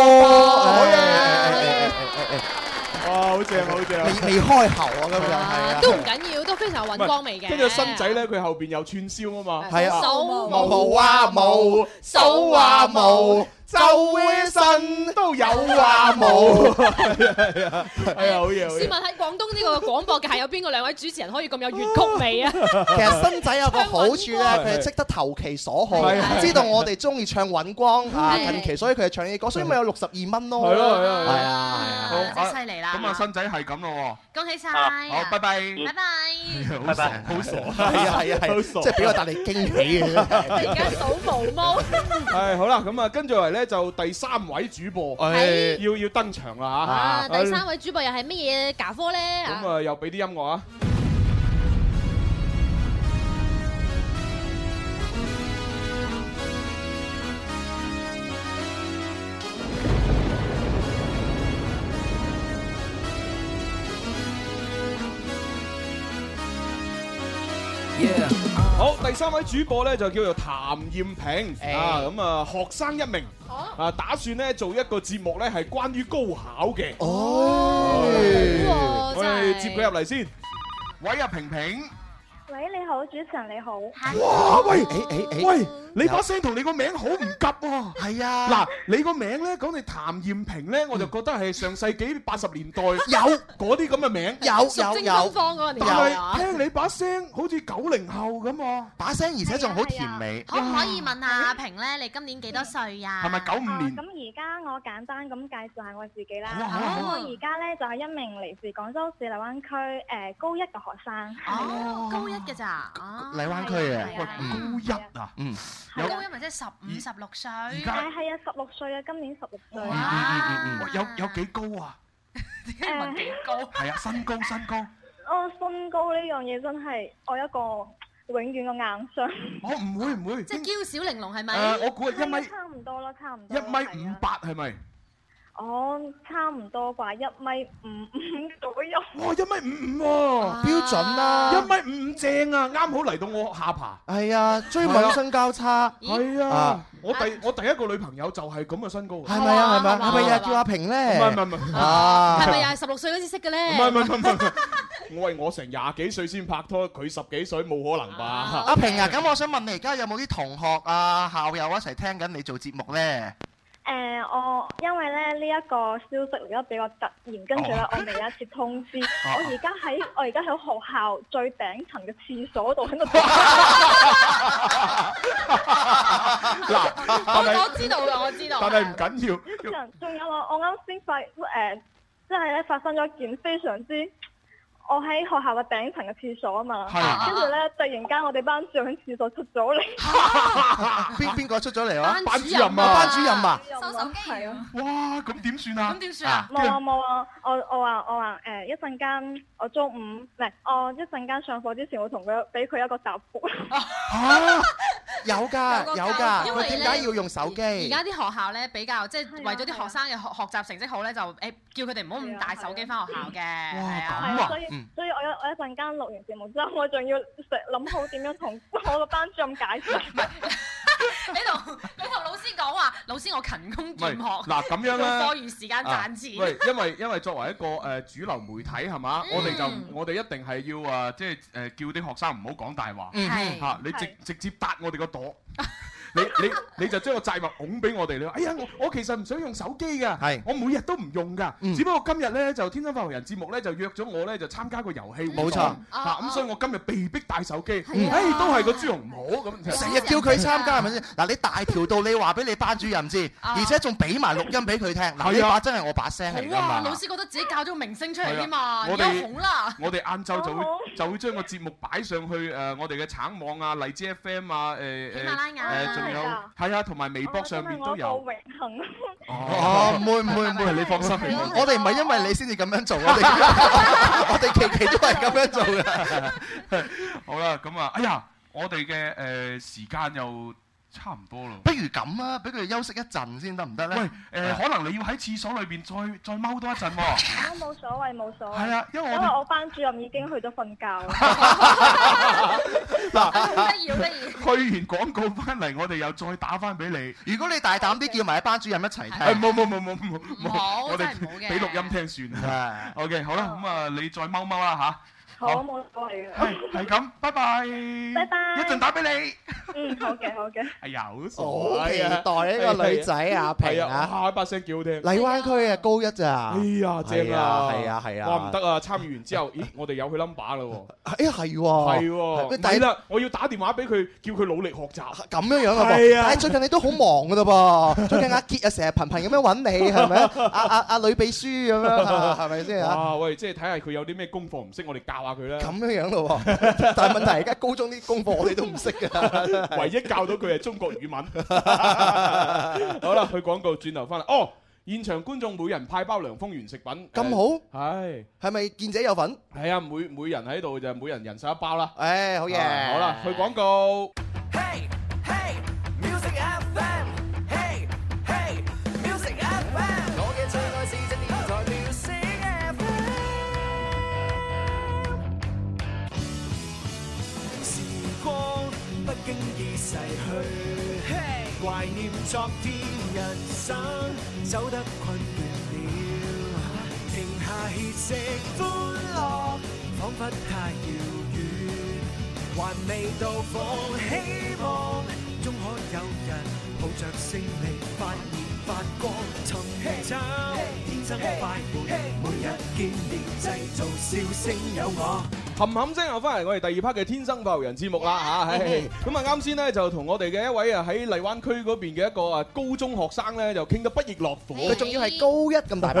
Speaker 4: 好嘢哇，
Speaker 5: 哎
Speaker 4: 好正好正。
Speaker 5: 未未開喉啊，咁樣係
Speaker 6: 啊
Speaker 5: 啊，
Speaker 6: 都唔緊要，都非常有揾光味嘅。
Speaker 4: 跟住新仔咧，佢後邊有串燒啊嘛。
Speaker 5: 係啊
Speaker 6: 手
Speaker 5: 冇啊冇，手啊冇，周身都有啊冇。哎
Speaker 4: 係啊，好嘢好
Speaker 6: 試
Speaker 4: 嘢。
Speaker 6: 問喺廣東呢個廣播界有邊個兩位主持人可以咁有粵曲 味 啊？
Speaker 5: 其實新仔有個好處咧，
Speaker 6: 唱
Speaker 4: 歌
Speaker 5: 佢係識得投其所好
Speaker 4: 係啊，
Speaker 5: 知道我哋中意唱尹光啊
Speaker 6: 係
Speaker 5: 近期，所以佢係唱呢啲歌，所以咪有六十二蚊咯。
Speaker 4: 係咯係咯係咯
Speaker 5: 係啊，
Speaker 4: 好
Speaker 7: 真係犀利啦
Speaker 4: 咁啊，新仔係咁咯
Speaker 7: 恭喜晒，
Speaker 4: 喎。好，拜拜。
Speaker 7: 拜拜。
Speaker 4: 好傻，好傻，
Speaker 5: 係啊係啊係
Speaker 4: 好
Speaker 5: 啊，
Speaker 4: 傻。
Speaker 5: 即係俾我帶嚟驚喜嘅。
Speaker 6: 而家數毛毛，
Speaker 4: 係好啦，咁啊，跟住嚟咧就第三位主播，
Speaker 5: 係
Speaker 4: 要要登場啦
Speaker 6: 啊，
Speaker 4: 嚇。
Speaker 6: 第三位主播又係乜嘢牙科咧？
Speaker 11: à?
Speaker 4: 咁
Speaker 6: 啊
Speaker 4: 啊，又俾啲音樂啊。好，第三位主播咧就叫做譚燕平
Speaker 5: 誒
Speaker 4: 啊，咁啊學生一名，啊打算咧做一個節目咧係關於高考嘅。
Speaker 5: 哦，
Speaker 4: 我哋接佢入嚟先。喂啊，平平，
Speaker 9: 喂，你好，主持人你好。
Speaker 4: 哇喂，
Speaker 5: 誒
Speaker 4: 喂，你把聲同你個名好唔夾喎。
Speaker 5: 係啊
Speaker 4: 嗱，你個名咧講你譚艷平咧，我就覺得係上世紀八十年代有嗰啲咁嘅名，
Speaker 6: 屬正東方嗰個年
Speaker 4: 但
Speaker 6: 代
Speaker 4: 係
Speaker 6: 啊。
Speaker 4: 聽你把聲好似九零後咁啊，
Speaker 5: 把聲而且仲好甜美
Speaker 11: 啊
Speaker 6: 可唔可以問下阿平咧？你今年幾多歲啊？
Speaker 4: 係咪九五年？
Speaker 9: 咁而家我簡單咁介紹下我自己啦。
Speaker 4: 好啊好啊
Speaker 9: 咁
Speaker 4: 好
Speaker 9: 我
Speaker 4: 啊
Speaker 9: 而家咧就係一名嚟自廣州市荔灣區誒高一嘅學生。
Speaker 6: 哦，高一嘅咋？哦
Speaker 5: 荔灣區啊
Speaker 9: 係啊
Speaker 4: 喂，高一啊，
Speaker 5: 嗯，
Speaker 4: 有
Speaker 6: 高一咪即係十五、十六歲。
Speaker 4: 而
Speaker 9: 係
Speaker 4: 家
Speaker 9: 係啊，十六歲啊，今年十六歲。
Speaker 6: 哇！
Speaker 4: 喂有有幾高啊？
Speaker 6: 問幾高？
Speaker 4: 係啊，身高身高，
Speaker 9: 我身高呢樣嘢真係我一個永遠嘅硬傷。
Speaker 4: 我唔會唔會，
Speaker 6: 即 係嬌小玲瓏係咪？
Speaker 4: 啊誒我估係一米
Speaker 9: 差唔多啦，差唔多。
Speaker 4: 一米五八係咪？
Speaker 9: 我差唔多啩，一米五五左右。
Speaker 4: 哇，一米五五喎，
Speaker 5: 標準啦，
Speaker 4: 一米五五正啊，啱好嚟到我下巴。
Speaker 5: 係啊，追問身交叉，
Speaker 4: 係啊
Speaker 5: 啊，
Speaker 4: 我第我第一個女朋友就係咁嘅身高啊。
Speaker 5: 係咪啊？係咪啊？
Speaker 6: 係嘛
Speaker 5: 係咪又
Speaker 4: 哦
Speaker 5: 係叫阿平
Speaker 4: 唔係唔
Speaker 5: 咧？
Speaker 4: 係唔係
Speaker 5: 啊
Speaker 6: 係咪又係十六歲嗰時識嘅
Speaker 4: 唔
Speaker 6: 咧？
Speaker 4: 係唔係唔係唔係唔係，我係我成廿幾歲先拍拖，佢十幾歲冇可能吧？
Speaker 5: 阿平啊，咁我想問你而家有冇啲同學啊、校友一齊聽緊你做節目咧？
Speaker 9: 誒、我因為咧呢一、個消息嚟得比較突然，跟住
Speaker 4: 哦
Speaker 9: 咧我未有一接通 知，我而家喺我而家喺學校最頂層嘅廁所度喺度。
Speaker 4: 嗱， 但
Speaker 6: 哦我
Speaker 4: 係
Speaker 6: 我知道嘅，我知道
Speaker 4: 但
Speaker 6: 㗎。
Speaker 4: 係唔緊要，
Speaker 9: 仲有啊，我啱先發誒、即係咧發生咗一件非常之。我喺學校嘅頂層嘅廁所啊嘛，
Speaker 4: 係
Speaker 9: 跟住咧突然間我哋班主任喺廁所出咗嚟，
Speaker 5: 邊邊個出咗嚟話？
Speaker 4: 班主任啊
Speaker 5: 班主任啊，
Speaker 6: 收手機
Speaker 9: 係啊
Speaker 4: 哇，咁點算啊
Speaker 6: 咁？點算啊？
Speaker 9: 冇啊冇啊！我我話我話誒一陣間我中午唔係我一陣間上課之前，我同佢俾佢一個答覆。
Speaker 5: 嚇有㗎
Speaker 6: 有個
Speaker 5: 有
Speaker 6: 教
Speaker 5: 㗎，
Speaker 6: 因為
Speaker 5: 佢點
Speaker 6: 呢
Speaker 5: 解要用手機？
Speaker 6: 而家啲學校咧比較即係
Speaker 9: 係啊
Speaker 6: 為咗啲學生嘅學學習成績好咧，就誒叫佢哋唔好咁帶手機翻學校嘅。係
Speaker 4: 哇
Speaker 6: 啊，
Speaker 4: 咁
Speaker 9: 係啊，
Speaker 4: 啊
Speaker 9: 所以
Speaker 5: 嗯
Speaker 9: 所以我一我一陣間錄完節目之後，我仲要成諗好點樣同 我個班主任解 釋。
Speaker 6: 你同你同老師講話，老師我勤工
Speaker 4: 唔係
Speaker 6: 儉學，
Speaker 4: 嗱咁樣
Speaker 6: 用
Speaker 4: 咧
Speaker 6: 課。餘時間賺錢。
Speaker 4: 喂，因為因 為作為一個誒、呃主流媒體係嘛，
Speaker 6: 嗯
Speaker 4: 我哋就我哋一定係要啊，即係誒叫啲學生唔好講大話
Speaker 5: 嗯
Speaker 6: 係
Speaker 4: 嚇、你直
Speaker 9: 係
Speaker 4: 直接答我哋個 朵。你你你就將個債物拱俾我哋，你話：哎呀，我我其實唔想用手機㗎
Speaker 5: 係，
Speaker 4: 我每日都唔用㗎，
Speaker 5: 嗯
Speaker 4: 只不過今日呢，就《天生發福人》節目呢，就約咗我呢，就參加個遊戲活動，
Speaker 5: 冇錯
Speaker 4: 嚇
Speaker 6: 哦
Speaker 4: 咁、
Speaker 6: 哦
Speaker 4: 所以我今日被逼帶手機，
Speaker 6: 係啊
Speaker 4: 哎都係個豬紅唔好咁。
Speaker 5: 成日叫佢參加係咪先？嗱，你大條道理話俾你班主任知，
Speaker 6: 啊
Speaker 5: 而且仲俾埋錄音俾佢聽。嗱，呢
Speaker 4: 係啊
Speaker 5: 把真係我把聲嚟㗎
Speaker 6: 好啊，
Speaker 5: 嘛。
Speaker 6: 老師覺得自己教咗個明星出嚟添嘛，
Speaker 4: 係啊
Speaker 6: 而
Speaker 4: 我
Speaker 6: 家
Speaker 4: 哋
Speaker 6: 紅啦。
Speaker 4: 我哋晏晝就會
Speaker 9: 好好
Speaker 4: 就會將個節目擺上去誒、呃我哋嘅橙網啊、荔枝 FM 啊、誒
Speaker 6: 喜
Speaker 4: 誒
Speaker 6: 馬拉雅
Speaker 4: 誒，仲有
Speaker 9: 啊
Speaker 4: 係啊，同埋微博上面都有。
Speaker 9: 我真係我一個榮幸。
Speaker 5: 哦，唔會唔會唔會，
Speaker 4: 你放心你放
Speaker 6: 心
Speaker 5: 我哋唔係因為你先至咁樣做，我 哋我哋期期都係咁樣做嘅。
Speaker 4: 好啦，咁啊，哎呀，我哋嘅誒時間又差唔多咯。
Speaker 5: 不如咁啊，俾佢休息一陣先得唔得
Speaker 4: 喂，誒
Speaker 5: 咧？、
Speaker 4: 可能你要喺廁所裏邊再再踎多一陣喎。
Speaker 9: 啊冇所謂冇所
Speaker 4: 係
Speaker 9: 謂，
Speaker 4: 啊，因為
Speaker 9: 因
Speaker 4: 我
Speaker 9: 為
Speaker 4: 哋
Speaker 9: 我班主任已經去咗瞓覺啦。
Speaker 6: 好得意，好得意。
Speaker 4: 去完廣告翻嚟，我哋又再打翻俾你。
Speaker 5: 如果你大膽啲叫埋班主任一
Speaker 4: 誒
Speaker 5: 齊聽，
Speaker 4: 冇冇冇冇 冇
Speaker 6: 唔好
Speaker 4: 我哋
Speaker 6: 真係唔好嘅
Speaker 4: 俾錄音聽算啦。
Speaker 5: 啊
Speaker 4: OK，好啦，咁啊，你再踎踎啦嚇。
Speaker 9: 好
Speaker 4: 好
Speaker 9: 冇所謂嘅。
Speaker 4: 係係咁，拜拜，
Speaker 9: 拜拜
Speaker 4: 一陣打俾你。
Speaker 9: 嗯，好嘅好嘅。
Speaker 4: 哎呀，好傻
Speaker 5: 好
Speaker 4: 啊
Speaker 5: 期待呢個女仔阿平
Speaker 4: 係啊，
Speaker 5: 啊，
Speaker 4: 哇，把聲幾好聽。
Speaker 5: 荔灣區啊，高一咋
Speaker 4: 哎？呀，正啊，
Speaker 5: 係啊係啊
Speaker 4: 哇，唔得啊！參與完之後， 咦，我哋有佢 number 啦喎，
Speaker 5: 哎係喎，
Speaker 4: 係喎，
Speaker 5: 佢
Speaker 4: 唔
Speaker 5: 第
Speaker 4: 係啦，我要打電話俾佢，叫佢努力學習。
Speaker 5: 咁樣樣啊
Speaker 4: 係
Speaker 5: 噃
Speaker 4: 啊，
Speaker 5: 但係最近你都好忙噶咯 噃，最近阿傑啊成日頻頻咁樣揾你係咪？啊阿阿阿女秘書 咁樣啊係咪先啊？
Speaker 4: 哇，喂，即係睇下佢有啲咩功課唔識，我哋教下佢啦。
Speaker 5: 咁樣樣咯喎， 但係問題而家高中啲功課我哋都唔識㗎。
Speaker 4: 唯一教到佢係中國語 文。好啦，去廣告，轉頭翻嚟。哦，現場觀眾每人派包涼風園食品。
Speaker 5: 咁
Speaker 4: 好？係
Speaker 5: 好係咪健者有份？
Speaker 4: 係啊，每每人喺度就每人人手一包啦。
Speaker 5: 誒好嘢，
Speaker 4: 好啦，去廣告。
Speaker 8: Hey, hey, music FM. Hey, hey, music FM. 我嘅最愛是只電台 music FM。時光不經意逝去，懷念昨天人生，走得困倦了，停下下歇息歡樂，彷彿太遙遠，還未到訪希望，終可有人抱着勝利發熱發光，尋找天生快活，每日見面製造笑聲有我。
Speaker 4: 冚冚聲又翻嚟，我哋第二 part 嘅天生快活人節目啦嚇，唉咁啊啱先咧就同我哋嘅一位啊喺荔灣區嗰邊嘅一個啊高中學生咧就傾得不亦樂乎，
Speaker 5: 佢仲要係高一咁大把，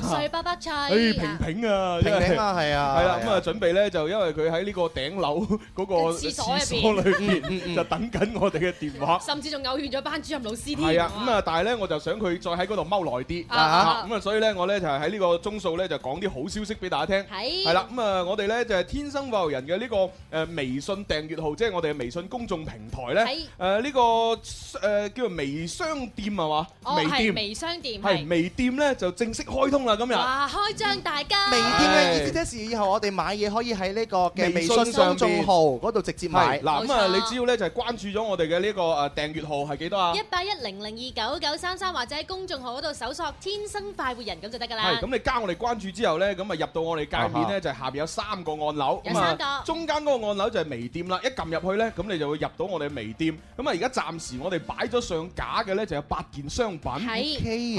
Speaker 11: 十六歲不不脆。
Speaker 4: 唉，哎平平啊，
Speaker 5: 平平啊係啊
Speaker 4: 係啦，
Speaker 5: 係
Speaker 4: 咁
Speaker 5: 啊
Speaker 4: 啊準備咧就因為佢喺呢個頂樓嗰個
Speaker 11: 廁所入邊
Speaker 4: 所裏
Speaker 5: 嗯
Speaker 4: 邊就等緊我哋嘅電話。
Speaker 11: 甚至仲偶遇咗班主任老師添。
Speaker 4: 係啊，咁啊，但係咧，我就想佢再喺嗰度踎耐啲，
Speaker 11: 啊啊
Speaker 4: 啊咁啊，所以咧，我咧就係喺呢個鐘數咧就講啲好消息俾大家聽，
Speaker 11: 係
Speaker 4: 係啦，咁啊，我哋咧就係天生快活人嘅呢個誒微信訂閱號，即係我哋嘅微信公眾平台咧，誒呢個誒叫做微商店係嘛，
Speaker 11: 哦，係微商店，
Speaker 4: 係
Speaker 11: 係
Speaker 4: 微店咧就正式開通啦，今日。
Speaker 11: 哇，開張大吉！
Speaker 5: 微店嘅意思即是以後我哋買嘢可以喺呢個嘅微信公眾號嗰度直接買。
Speaker 4: 係嗱咁啊，你只要咧就係關注咗我哋嘅呢個誒訂閱號係幾多啊？
Speaker 11: 一八一零零二九九三三或者喺公眾號嗰度搜索「天生快活人」咁就得㗎啦
Speaker 4: 係，。咁你加我哋關注之後咧，咁啊入到我哋界面
Speaker 5: 啊哈
Speaker 4: 咧，就係下邊有三個按鈕，
Speaker 11: 有
Speaker 4: 咁
Speaker 11: 三個
Speaker 4: 啊中間嗰個按鈕就係微店啦，一撳入去咧，咁你就會入到我哋微店。咁啊，而家暫時我哋擺咗上架嘅咧，就有八件商品。
Speaker 11: 係
Speaker 4: 嘅
Speaker 11: 第一批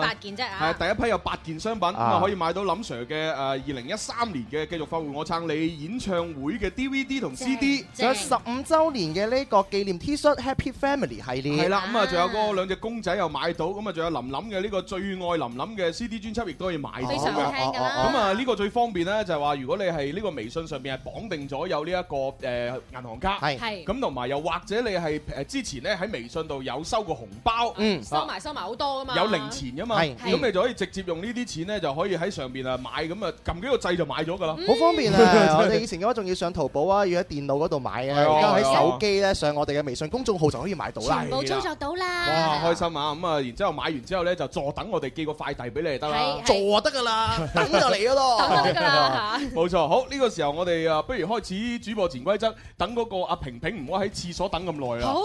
Speaker 11: 八件啫啊！
Speaker 4: 係第一批有八件商品，咁啊
Speaker 5: 啊
Speaker 4: 可以買到林 Sir 嘅誒二零一三年嘅《繼續發回我撐你》演唱會嘅 DVD 同 CD，
Speaker 5: 仲有十五週年嘅呢個紀念 T 恤 Happy Family 系列。
Speaker 4: 係啦，咁啊仲有嗰兩隻公仔又買到，咁啊仲有林林嘅呢個最愛林林嘅 CD 專輯亦都可以買到
Speaker 5: 非常好聽㗎啦
Speaker 4: 咁啊呢個最方便咧就係話，如果你係呢個微信上邊係綁定咗有呢一個誒銀行卡，
Speaker 5: 係係
Speaker 4: 咁同埋又或者你係誒之前咧喺微信度有收過紅包，
Speaker 5: 嗯
Speaker 11: 收埋收埋好多㗎嘛，
Speaker 4: 有零錢噶嘛，
Speaker 5: 係
Speaker 4: 咁你就可以直接用呢啲錢咧就可以喺上邊啊買，咁啊撳幾個掣就買咗㗎啦，
Speaker 5: 好 方便
Speaker 4: 嗯
Speaker 5: 啊！ 我哋以前嘅話仲要上淘寶啊，要喺電腦嗰度買啊，
Speaker 4: 係啊
Speaker 5: 而家
Speaker 4: 係
Speaker 5: 喺
Speaker 4: 啊
Speaker 5: 手機咧上我哋嘅微信公眾號就可以買到啦。
Speaker 11: 全部操作到啦。
Speaker 4: 哇，開心啊！咁啊，然之後買完之後咧，就坐等我哋寄個快遞俾你就得啦
Speaker 11: 係。
Speaker 5: 做就得㗎啦， 等就嚟㗎咯。
Speaker 11: 等就得㗎啦嚇
Speaker 4: 冇錯，好呢個時候我哋啊，不如開始主播潛規則，等嗰個阿平平唔好喺廁所等咁耐啊。
Speaker 11: 好，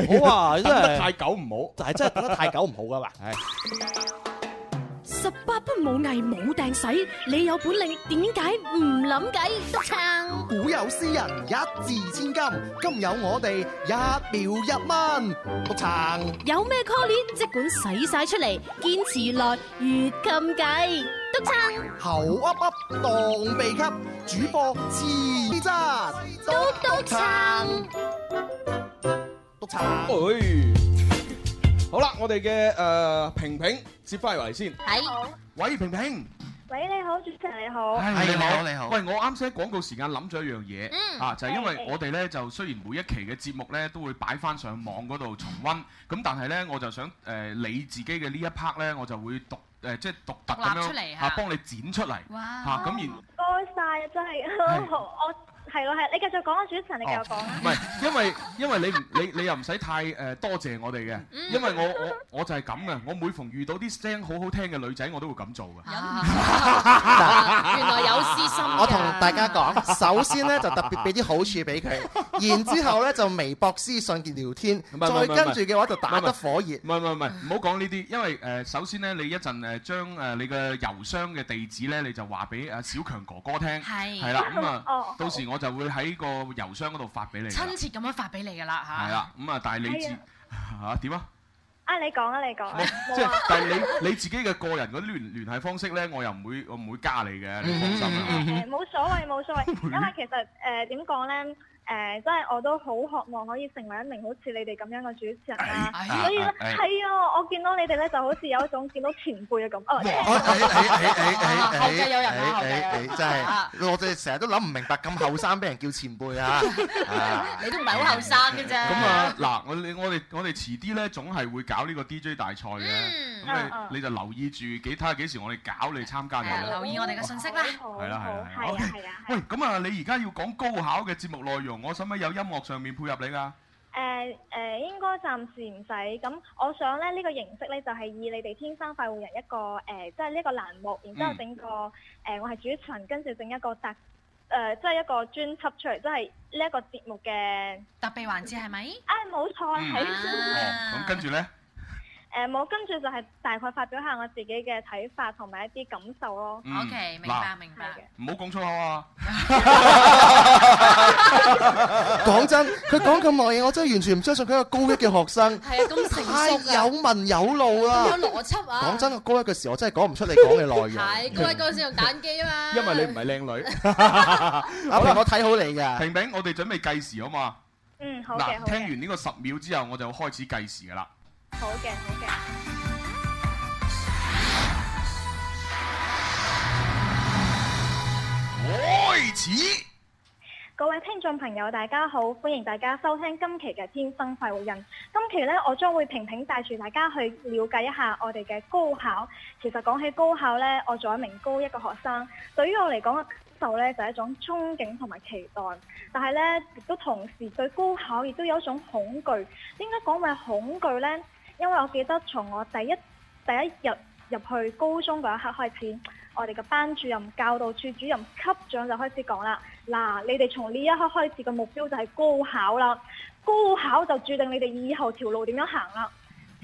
Speaker 4: 係
Speaker 5: 好啊真係
Speaker 4: 等得太久唔好，
Speaker 5: 但係真係等得太久唔 好㗎嘛。
Speaker 7: 十八般武藝冇掟使，你有本領點解唔諗計？督撐
Speaker 5: 古有詩人一字千金，今有我哋一秒一蚊，督撐。
Speaker 7: 有咩 call 即管使晒出嚟，堅持耐越禁計，督撐
Speaker 5: 喉噏噏，當鼻吸，主播黐渣，
Speaker 7: 督督撐。
Speaker 5: 督撐。
Speaker 4: 哎好啦，我哋嘅誒平平接翻嚟先。
Speaker 6: 哎
Speaker 9: 好，
Speaker 4: 喂，平平，
Speaker 9: 喂，你好，主持人你好，
Speaker 4: 唉
Speaker 9: 係
Speaker 4: 喂，我啱先喺廣告時間諗咗一樣
Speaker 9: 嗯
Speaker 4: 嘢，啊，就係因為我哋咧就雖然每一期嘅節目咧都會擺翻上網嗰度重温，咁但係咧我就想誒你自己嘅呢一 part 咧，我就會獨誒即係獨特咁
Speaker 9: 獨立出嚟
Speaker 4: 樣
Speaker 9: 嚇
Speaker 4: 啊幫你剪出嚟，嚇啊咁然。
Speaker 9: 唔該晒，啊真係好， 我係咯係，你繼續講啊，主持人你繼續講啊
Speaker 4: 唔。係，因為因為你唔你你又唔使太誒多謝我哋嘅，因為我我我就係咁嘅，我每逢遇到啲聲好好聽嘅女仔，我都會咁做嘅。
Speaker 11: 原來有私心㗎
Speaker 7: 啊
Speaker 5: 我同大家講，首先咧就特別俾啲好處俾 佢，然之後咧就微博私信聊天，
Speaker 4: 啊唔係唔係
Speaker 5: 再
Speaker 4: 唔係
Speaker 5: 跟住嘅話就打得
Speaker 4: 唔係
Speaker 5: 火熱。
Speaker 4: 唔係唔係唔係，唔好講呢啲，因為誒首先咧，你一陣誒將誒你嘅郵箱嘅地址咧，你就話俾阿呃小強哥哥聽，
Speaker 6: 係
Speaker 4: 係啦，咁
Speaker 6: 哦
Speaker 4: 啊，到時我就會喺個郵箱嗰度發俾你㗎啦，
Speaker 6: 親切咁樣發俾你㗎啦嚇。
Speaker 4: 係啦，咁啊，但係你自
Speaker 9: 係啊
Speaker 4: 嚇點啊？
Speaker 9: 啊，你講啊，你講啊。
Speaker 4: 即係，但係 你你自己嘅個人嗰啲聯聯繫方式咧，我又唔會我唔會加你嘅，你放心啊
Speaker 6: 嗯
Speaker 4: 啦。
Speaker 9: 誒冇所謂冇 所謂，因為其實誒點講咧，誒真係我都好渴望可以成為一名好似你哋咁樣嘅主持人啦，所以咧
Speaker 4: 哎
Speaker 9: 係啊，我見到你哋咧就好似有一種見到前輩嘅感哦
Speaker 4: 哦
Speaker 9: 覺。
Speaker 5: 後
Speaker 9: 繼有人啊後繼有人
Speaker 5: 真係我哋成日都諗唔明白，咁後生俾人叫前輩啊！啊
Speaker 6: 你都唔係好後生嘅啫。
Speaker 4: 咁啊，嗱，我哋我哋我哋遲啲咧，總係會搞呢個 DJ 大賽嘅，
Speaker 9: 啊
Speaker 6: 嗯
Speaker 4: 咁你你就留意住幾睇下幾時我哋搞你參加你
Speaker 6: 誒，
Speaker 4: 啦。
Speaker 6: 啊留意我哋嘅信息啦。
Speaker 4: 係啦係啦係啦
Speaker 9: 係啊
Speaker 4: OK
Speaker 9: 係啊。
Speaker 4: 喂，咁啊，你而家要講高考嘅節目內容，我使唔使有音樂上面配合你噶？
Speaker 9: 誒誒，呃應該暫時唔使。咁我想咧呢個形式咧就係以你哋天生快活人一個誒，即係呢一個欄目，然之後
Speaker 4: 嗯
Speaker 9: 整個呃誒我係主持人，跟住整一個特誒，即係一個專輯出嚟，即係呢一個節目嘅
Speaker 6: 特備環節係咪？
Speaker 9: 啊，冇錯
Speaker 4: 嗯
Speaker 9: 係。
Speaker 4: 哦，咁跟住咧，
Speaker 9: 誒冇，跟住就係大概發表下我自己嘅睇法同埋一啲感受咯。
Speaker 4: 嗯 OK，明白嗱
Speaker 9: 明白。
Speaker 4: 唔好講粗口 啊！
Speaker 5: 講真，佢講咁耐嘢，我真係完全唔相信佢係一個高一嘅學生，
Speaker 11: 係啊，咁成
Speaker 5: 太
Speaker 11: 熟啊，
Speaker 5: 有文有路啦
Speaker 11: 咁。有邏輯啊。
Speaker 5: 講真，我高一嘅時候，我真係講唔出你講嘅內容。
Speaker 11: 係，嗰位嗰陣時用蛋機啊嘛。
Speaker 4: 因為你唔係靚女。
Speaker 5: 阿平，我睇好你㗎。
Speaker 4: 平平，我哋準備計時好嘛？
Speaker 9: 嗯，好嘅，
Speaker 4: 嗱，
Speaker 9: 好
Speaker 4: 聽
Speaker 9: 嘅，
Speaker 4: 完呢個十秒之後，我就開始計時噶啦。
Speaker 9: 好嘅，好嘅。
Speaker 4: 開始。
Speaker 9: 各位聽眾朋友，大家好，歡迎大家收聽今期嘅《天生快活人》。今期呢，我將會平平帶住大家去了解一下我哋嘅高考。其實講起高考呢，我作為一名高一嘅學生，對於我嚟講嘅感受呢，就係一種憧憬同埋期待。但係呢，亦都同時對高考亦都有一種恐懼。點解講為恐懼呢？因為我記得從我第一第一日入去高中嗰一刻開始，我哋嘅班主任、教導處主任、級長就開始講啦。嗱，你哋從呢一刻開始嘅目標就係高考啦，高考就注定你哋以後條路點樣行啦。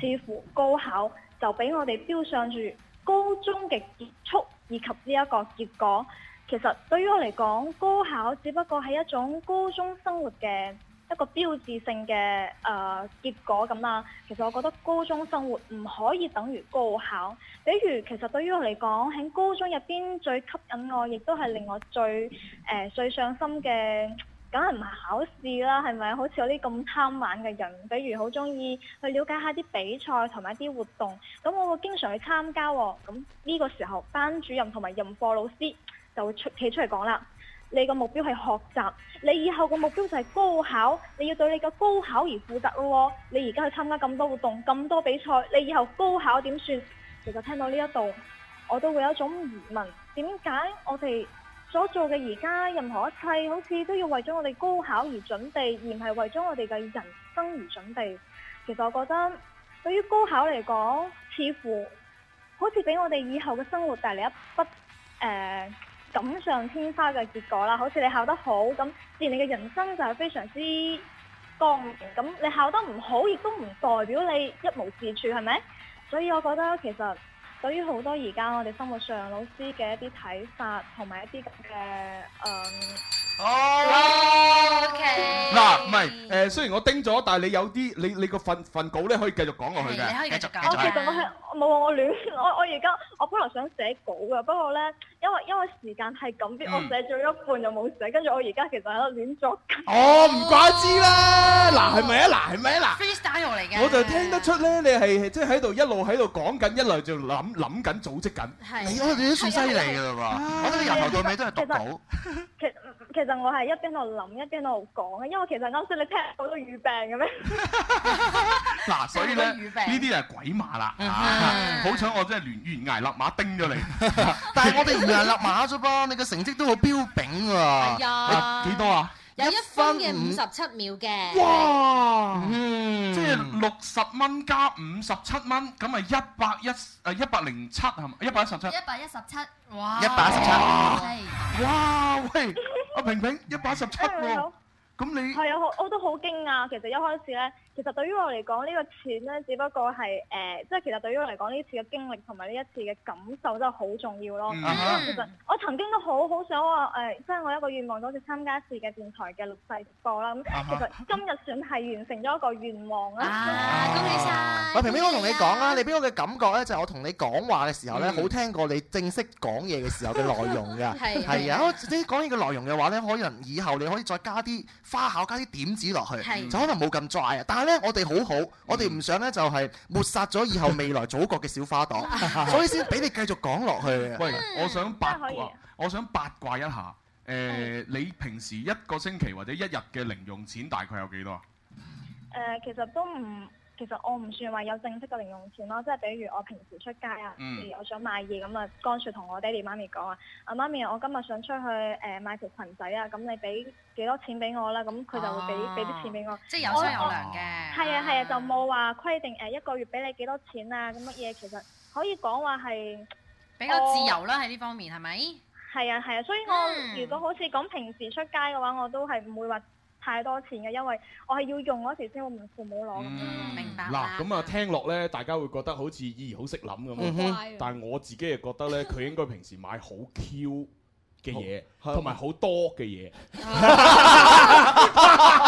Speaker 9: 似乎高考就俾我哋標上住高中嘅結束以及呢一個結果。其實對於我嚟講，高考只不過係一種高中生活嘅一個標誌性嘅誒、呃、結果咁啦。其實我覺得高中生活唔可以等於高考。比如其實對於我嚟講，喺高中入邊最吸引我，亦都係令我最誒、呃最上心嘅。梗係唔係考試啦，係咪？好似我啲咁貪玩嘅人，比如好中意去了解下啲比賽同埋啲活動，咁我會經常去參加喎。咁呢個時候，班主任同埋任課老師就會出企出嚟講啦。你個目標係學習，你以後個目標就係高考，你要對你個高考而負責咯喎。你而家去參加咁多活動、咁多比賽，你以後高考點算？其實聽到呢一度，我都會有一種疑問：點解我哋所做嘅而家任何一切，好似都要為咗我哋高考而準備，而唔係為咗我哋嘅人生而準備？其實我覺得，對於高考嚟講，似乎好似俾我哋以後嘅生活帶嚟一筆誒、呃錦上添花嘅結果啦。好似你考得好，咁自然你嘅人生就係非常之光明。咁你考得唔好，亦都唔代表你一無是處，係咪？所以我覺得其實對於好多而家我哋生活上老師嘅一啲睇法同埋一啲咁嘅呃誒，
Speaker 6: 哦
Speaker 4: 嗱，唔係誒，雖然我叮咗，但係你有啲你你個份份稿咧可以繼續講落去嘅，
Speaker 6: 係你可以繼續
Speaker 4: 繼
Speaker 9: 我哦其實我係冇啊我亂，我我而家我本來想寫稿嘅，不過咧因為因為時間係緊
Speaker 4: 嗯
Speaker 9: 迫，我寫咗一半就冇寫，跟住我而家其實喺度亂作緊。
Speaker 4: 哦，唔怪之啦，嗱係咪啊？嗱係咪啊？
Speaker 6: freestyle 嚟
Speaker 4: 嗱，
Speaker 6: 嘅。
Speaker 4: 我就聽得出咧，你係即係喺度一路喺度講緊，一路就諗諗緊組織緊。
Speaker 6: 係
Speaker 5: 你我哋都算犀利㗎啦嘛，我覺得你由頭到尾都係讀稿。
Speaker 9: 其其實我係一邊喺度諗一邊喺度講嘅，因為其實啱先你聽到都語病嘅咩？
Speaker 4: 嗱，所以咧
Speaker 9: 有
Speaker 4: 呢
Speaker 9: 啲語病
Speaker 4: 啲就係鬼馬啦。啊好彩我真係連懸崖勒馬叮咗你。
Speaker 5: 但係我哋唔係立馬啫噃，你嘅成績都好標炳喎。
Speaker 11: 係啊
Speaker 4: 幾多啊？
Speaker 11: 有一分嘅五十七秒嘅。！
Speaker 4: 哇！即係六十蚊加五十七蚊，咁咪一百一誒一百零七係咪？一百一十七。
Speaker 6: 一百一十七，哇！
Speaker 4: 117哇！喂，阿 平平一百一十 七喎，咁你
Speaker 9: 啊係啊，我我都好驚訝。其實一開始咧，其實對於我嚟講，呢、個錢咧，只不過係誒、呃即係其實對於我嚟講，呢次嘅經歷同埋呢一次嘅感受真係好重要咯。
Speaker 14: 嗯
Speaker 9: 其實我曾經都好好想話誒、呃即係我一個願望，就好似參加一次嘅電台嘅錄製直播啦。咁、
Speaker 5: 啊
Speaker 9: 其實今日算係完成咗一個願望啦。
Speaker 5: 恭喜晒！喂，平平，我同你講啊，你俾我嘅感覺咧，就係我同你講話嘅時候咧，
Speaker 4: 嗯
Speaker 5: 好聽過你正式講嘢嘅時候嘅內容㗎。
Speaker 4: 係
Speaker 5: 係
Speaker 4: 係
Speaker 5: 啊，你講嘢嘅內容嘅話咧，可能以後你可以再加啲花巧，加啲點子落去，
Speaker 4: 係
Speaker 5: 就可能冇咁 dry 啊。但係咧，我哋好好，我哋唔想咧就係抹殺咗以後未來祖國嘅小花朵，所以先俾你繼續講落去。
Speaker 4: 喂，我想八卦，我想八卦一下。誒、你平時一個星期或者一日嘅零用錢大概有幾多啊？
Speaker 9: 誒、呃其實都唔，其實我唔算話有正式嘅零用錢咯，即係比如我平時出街啊，
Speaker 14: 嗯
Speaker 9: 譬如我想買嘢咁啊，乾脆同我爹哋媽咪講啊，啊媽咪，我今日想出去誒、買條裙仔啊，咁你俾幾多錢俾我啦？咁佢就會俾俾啲錢俾我，
Speaker 6: 哦即係有商有
Speaker 9: 我
Speaker 6: 量嘅。
Speaker 9: 係啊係啊，就冇話規定呃誒一個月俾你幾多錢啊咁乜嘢，其實可以講話係
Speaker 6: 比較自由啦，喺呢方面係咪？嗯
Speaker 9: 係啊係啊，所以我如果好似講平時出街嘅話，我都係唔會話太多錢嘅，因為我係要用嗰時先會問父母攞。
Speaker 5: 嗯
Speaker 6: 嗯明白
Speaker 4: 嗯嗱，咁啊聽落咧，大家會覺得好似咦好識諗
Speaker 9: 嗯
Speaker 4: 咁啊
Speaker 9: 哼，
Speaker 4: 但係我自己係覺得咧，佢應該平時買好 Q 嘅嘢，同埋好多嘅嘢。
Speaker 5: 啊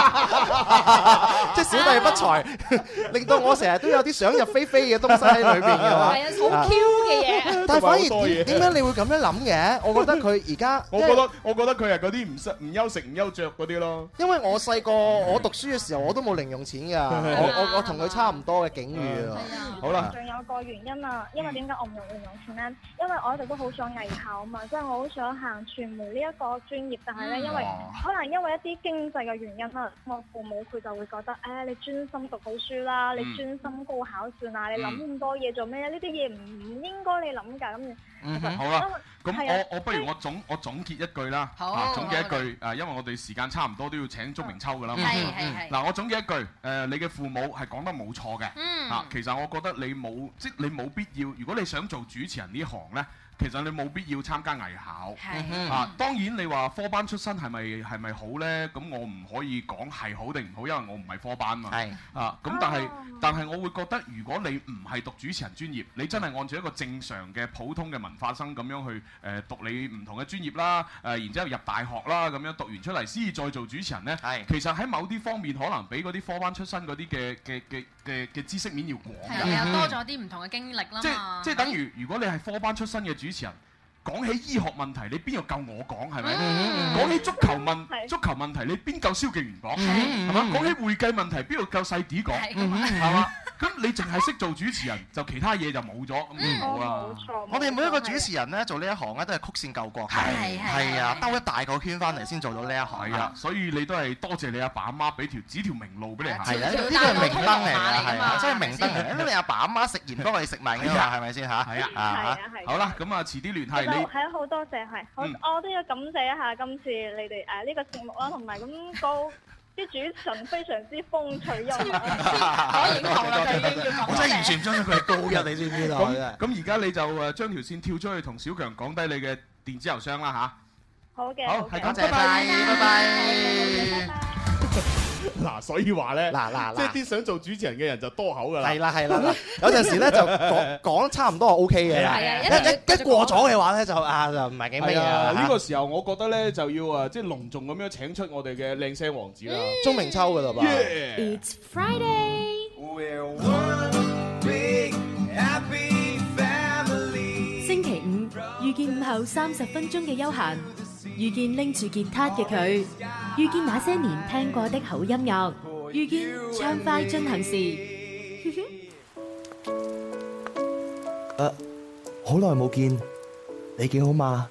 Speaker 5: 即係小弟不才，令到我成日都有啲想入非非嘅東西喺裏邊嘅嘛。
Speaker 7: 係啊，好 Q 嘅嘢。
Speaker 5: 但
Speaker 4: 同埋
Speaker 5: 係反
Speaker 4: 好
Speaker 5: 而
Speaker 4: 多嘢
Speaker 5: 點點解你會咁樣諗嘅？我覺得佢而 家，
Speaker 4: 我覺得我覺得佢係嗰啲唔識唔休食唔休着嗰啲咯。
Speaker 5: 因為我細個我讀書嘅時候，我都冇零用錢㗎，我我我同佢差唔多嘅境遇啊。
Speaker 6: 嗯
Speaker 4: 好啦
Speaker 9: 仲有個原因啊，因為點解我唔用零用錢呢？因為我一直都好想藝考嘛，即係我好想行傳媒呢一個專業，但係呢，
Speaker 14: 嗯
Speaker 9: 因為
Speaker 4: 哦
Speaker 14: 哇
Speaker 9: 可能因為一啲經濟嘅原因啦，我父母佢就會覺得，誒、你專心讀好書啦，你
Speaker 14: 嗯
Speaker 9: 專心高考算啦，你諗
Speaker 4: 嗯
Speaker 9: 咁多嘢做咩呢？呢啲嘢唔唔應該你諗㗎，咁
Speaker 4: 嗯 哼好啦，咁
Speaker 9: 係啊
Speaker 4: 我我不如我總我總結一句啦，
Speaker 9: 好
Speaker 4: 啊
Speaker 9: 好
Speaker 4: 總結一句誒，因為我哋時間差唔多都要請鐘明秋噶啦。啊嗯
Speaker 6: 係係係
Speaker 4: 嗱，我總結一句誒，你嘅父母係講得冇錯嘅
Speaker 6: 嗯
Speaker 4: 啊。其實我覺得你冇即係你冇必要，如果你想做主持人呢行呢。其實你冇必要參加藝考
Speaker 6: 係
Speaker 4: 啊！當然你話科班出身係咪係咪好呢？咁我唔可以講係好定唔好，因為我唔係科班嘛。啊，咁但係但係我會覺得，如果你唔係讀主持人專業，你真係按照一個正常嘅普通嘅文化生咁樣去誒、呃、讀你唔同嘅專業啦，誒、然之後入大學啦，咁樣讀完出嚟先至再做主持人呢。其實喺某啲方面可能比嗰啲科班出身嗰啲嘅嘅嘅嘅嘅知識面要廣㗎。
Speaker 6: 係啊，多咗啲唔同嘅經歷啦
Speaker 4: 即
Speaker 5: 啊
Speaker 6: 嘛。
Speaker 4: 即係等於如果你係科班出身嘅主持人，講起醫學問題，你邊個夠我講係咪？
Speaker 5: 嗯
Speaker 4: 講起足球問足球問題，你邊夠蕭敬元講係嘛？講起會計問題，邊個夠細啲講
Speaker 6: 係
Speaker 4: 係嘛？咁你淨係識做主持人，就其他嘢就冇咗，啊咁
Speaker 5: 嗯
Speaker 4: 唔好
Speaker 5: 哦
Speaker 4: 啦。
Speaker 5: 我哋每一個主持人咧做呢一行咧都係曲線救國，
Speaker 4: 係係
Speaker 5: 係啊，兜一大個圈翻嚟先做到呢一行。
Speaker 4: 係啊，所以你都係多謝你阿爸阿媽俾條指條明路俾你行。
Speaker 5: 係啊，呢個係明燈嚟㗎，係啊，真係明燈
Speaker 4: 係咪
Speaker 5: 嚟。
Speaker 4: 先
Speaker 5: 因為你阿爸阿媽食鹽多過你食米㗎嘛，係咪先嚇？
Speaker 4: 係啊
Speaker 9: 啊係啊
Speaker 4: 好啦，咁啊，遲啲聯
Speaker 9: 係
Speaker 4: 繫你。
Speaker 9: 係好多謝係，好、
Speaker 4: 嗯
Speaker 9: 我都要感謝一下今次你哋誒呢個節目啦，同埋咁個啲主持人非常之風趣幽默啊。
Speaker 5: 我真係完全唔相信佢係高 一，你知唔知道？
Speaker 4: 咁咁而家你就誒將條線跳出去同小強講低你嘅電子郵箱啦
Speaker 9: 好嘅，
Speaker 4: 吓，好，
Speaker 9: 嘅
Speaker 4: 係咁， 拜拜，拜拜。 嗱，所以話咧，
Speaker 5: 嗱嗱嗱
Speaker 4: 即係啲想做主持人嘅人就多口㗎啦。
Speaker 5: 係啦係啦， 嗱有陣時咧就 講講差唔多係 OK 嘅啦，
Speaker 4: 係啊一定要
Speaker 5: 一一一過咗嘅話咧就啊就唔係幾乜
Speaker 4: 係
Speaker 5: 嘢
Speaker 4: 啊！
Speaker 5: 啦
Speaker 4: 呢個時候我覺得咧就要啊，即係隆重咁樣請出我哋嘅靚聲王子啦，
Speaker 5: 鐘嗯明秋㗎啦吧
Speaker 4: Yeah
Speaker 7: It's Friday。星期五遇見午後三十分鐘嘅休閒，遇見拎住吉他嘅佢，遇見那些年聽過的好音樂，遇見暢快進行時。
Speaker 15: 誒，呃好耐冇見，你幾好嘛？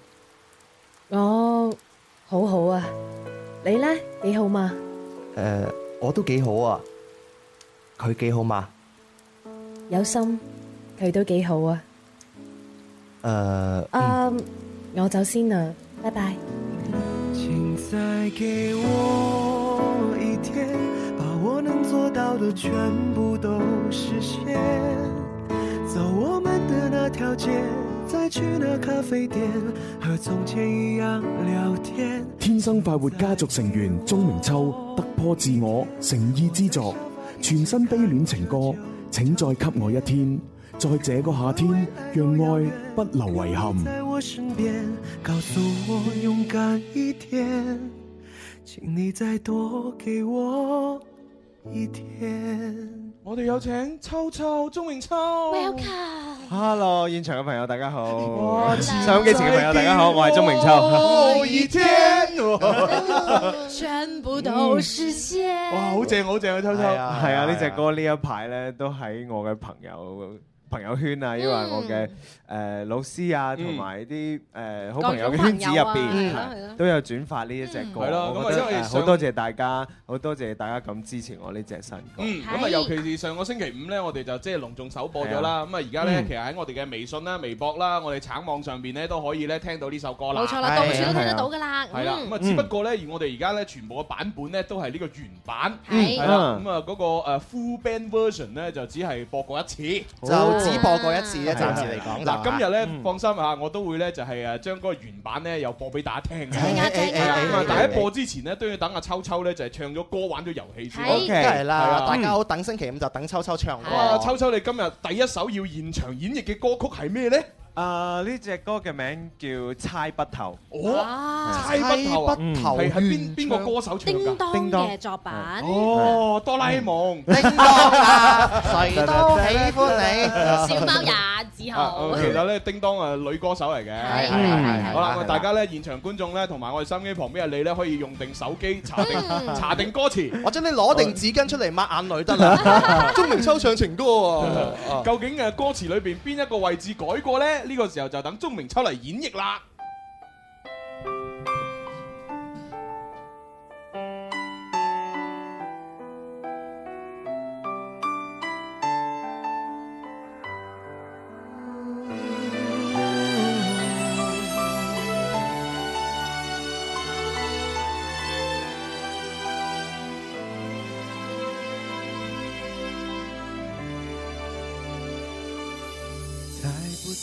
Speaker 16: 我好好啊，你呢？幾好嘛？
Speaker 15: 誒，呃我都幾好啊。佢幾好嘛？
Speaker 16: 有心，佢都幾好啊。
Speaker 15: 誒，
Speaker 16: 嗯，我走先啦，拜拜。
Speaker 14: 请再给我一天，把我能做到的全部都实现。走我们的那条街，再去那咖啡店，和从前一样聊天。
Speaker 17: 天生快活家族成員鐘明秋突破自我，誠意之作，全新悲戀情歌，請再給我一天，在這個夏天，讓愛不留遺
Speaker 4: 嗯
Speaker 17: 憾。
Speaker 14: 在我身边，告诉我勇敢一点，请你再多给我一天。
Speaker 4: 我哋有請秋秋鐘明秋
Speaker 11: Welcome。
Speaker 18: Hello，現場嘅朋友大家好
Speaker 4: 哇，
Speaker 18: 收音機前嘅朋友大家好，我係鐘明
Speaker 4: 哦
Speaker 18: 秋。
Speaker 4: 二天
Speaker 11: 全部都是些。
Speaker 4: 哇，好正好正啊，秋秋，
Speaker 18: 係啊，係啊，呢隻歌呢一排咧都喺我嘅朋友朋友圈啊，因為我嘅誒老師啊，
Speaker 4: 嗯
Speaker 18: 同埋啲誒好朋友嘅圈子入
Speaker 11: 各種朋友啊係咯係
Speaker 18: 邊
Speaker 11: 咯
Speaker 18: 都有轉發呢一隻歌。
Speaker 4: 係咯咁啊
Speaker 18: 我覺得
Speaker 4: 因為
Speaker 18: 誒
Speaker 4: 上
Speaker 18: 好多謝大家，好多謝大家咁支持我呢隻新歌。
Speaker 4: 嗯，咁啊，尤其是上個星期五呢，我哋就即係隆重首播咗啦。咁啊，而家呢，
Speaker 18: 嗯
Speaker 4: 其實喺我哋嘅微信啦、微博啦、我哋橙網上邊呢，都可以咧聽到呢首歌啦。
Speaker 11: 冇錯啦，到處都聽得到噶啦。
Speaker 4: 啊係啦，咁啊，只不過咧，而我哋而家咧，全部嘅版本咧都係呢個原版，
Speaker 11: 係
Speaker 4: 啊呃係啦，咁啊嗰個誒 full band version 咧就只係播過一次，啊
Speaker 5: 就只播過一次啫，暫時嚟講就
Speaker 4: 嗱，今日咧放心啊，我都會咧就係誒將嗰個原版咧又播俾大家聽嘅。
Speaker 5: 正啊正啊
Speaker 4: 係啊咁啊但喺播之前咧都要等阿秋秋咧就係唱咗歌玩咗遊戲先。
Speaker 5: OK 係啦，大
Speaker 15: 嗯
Speaker 5: 家
Speaker 4: 好。
Speaker 5: 好等星期五就等秋秋唱歌。
Speaker 4: 哇，秋秋你今日第一首要現場演繹嘅歌曲係咩咧？
Speaker 18: 啊！呢只歌嘅名叫《猜不透》。
Speaker 4: 哦，猜不透啊，
Speaker 18: 猜不透
Speaker 4: 係係邊邊個歌手唱㗎？
Speaker 11: 叮當嘅作品。嗯
Speaker 4: 哦，哆啦 A 夢。
Speaker 11: 啊
Speaker 5: 誰都喜歡
Speaker 11: 小貓也自
Speaker 4: 啊
Speaker 11: 豪。
Speaker 4: 其實咧，叮當啊女歌手嚟嘅，
Speaker 11: 係
Speaker 5: 係係係
Speaker 4: 好啦，
Speaker 5: 係
Speaker 4: 我
Speaker 5: 係
Speaker 4: 大家咧現場觀眾咧，同埋我哋收音機旁邊嘅你咧，可以用定手機查定
Speaker 5: 嗯
Speaker 4: 查定歌詞。
Speaker 5: 或者你攞定紙巾出嚟抹眼淚 得啦。鍾明秋唱情歌喎。
Speaker 4: 究竟誒歌詞裏邊邊一個位置改過咧？呢個時候就等鐘明秋嚟演 繹啦。
Speaker 14: 猜不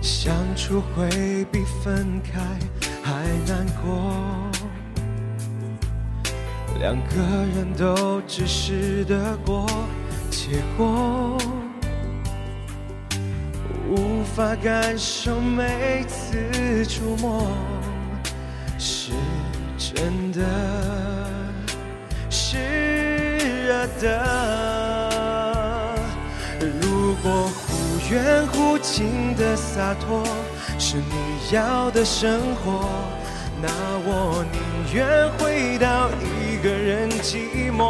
Speaker 14: 相处会比分开还难过。两个人都只是得过且过，无法感受每次触摸是真的，是热的。如果忽远忽近的洒脱是你要的生活，那我宁愿回到一个人寂寞。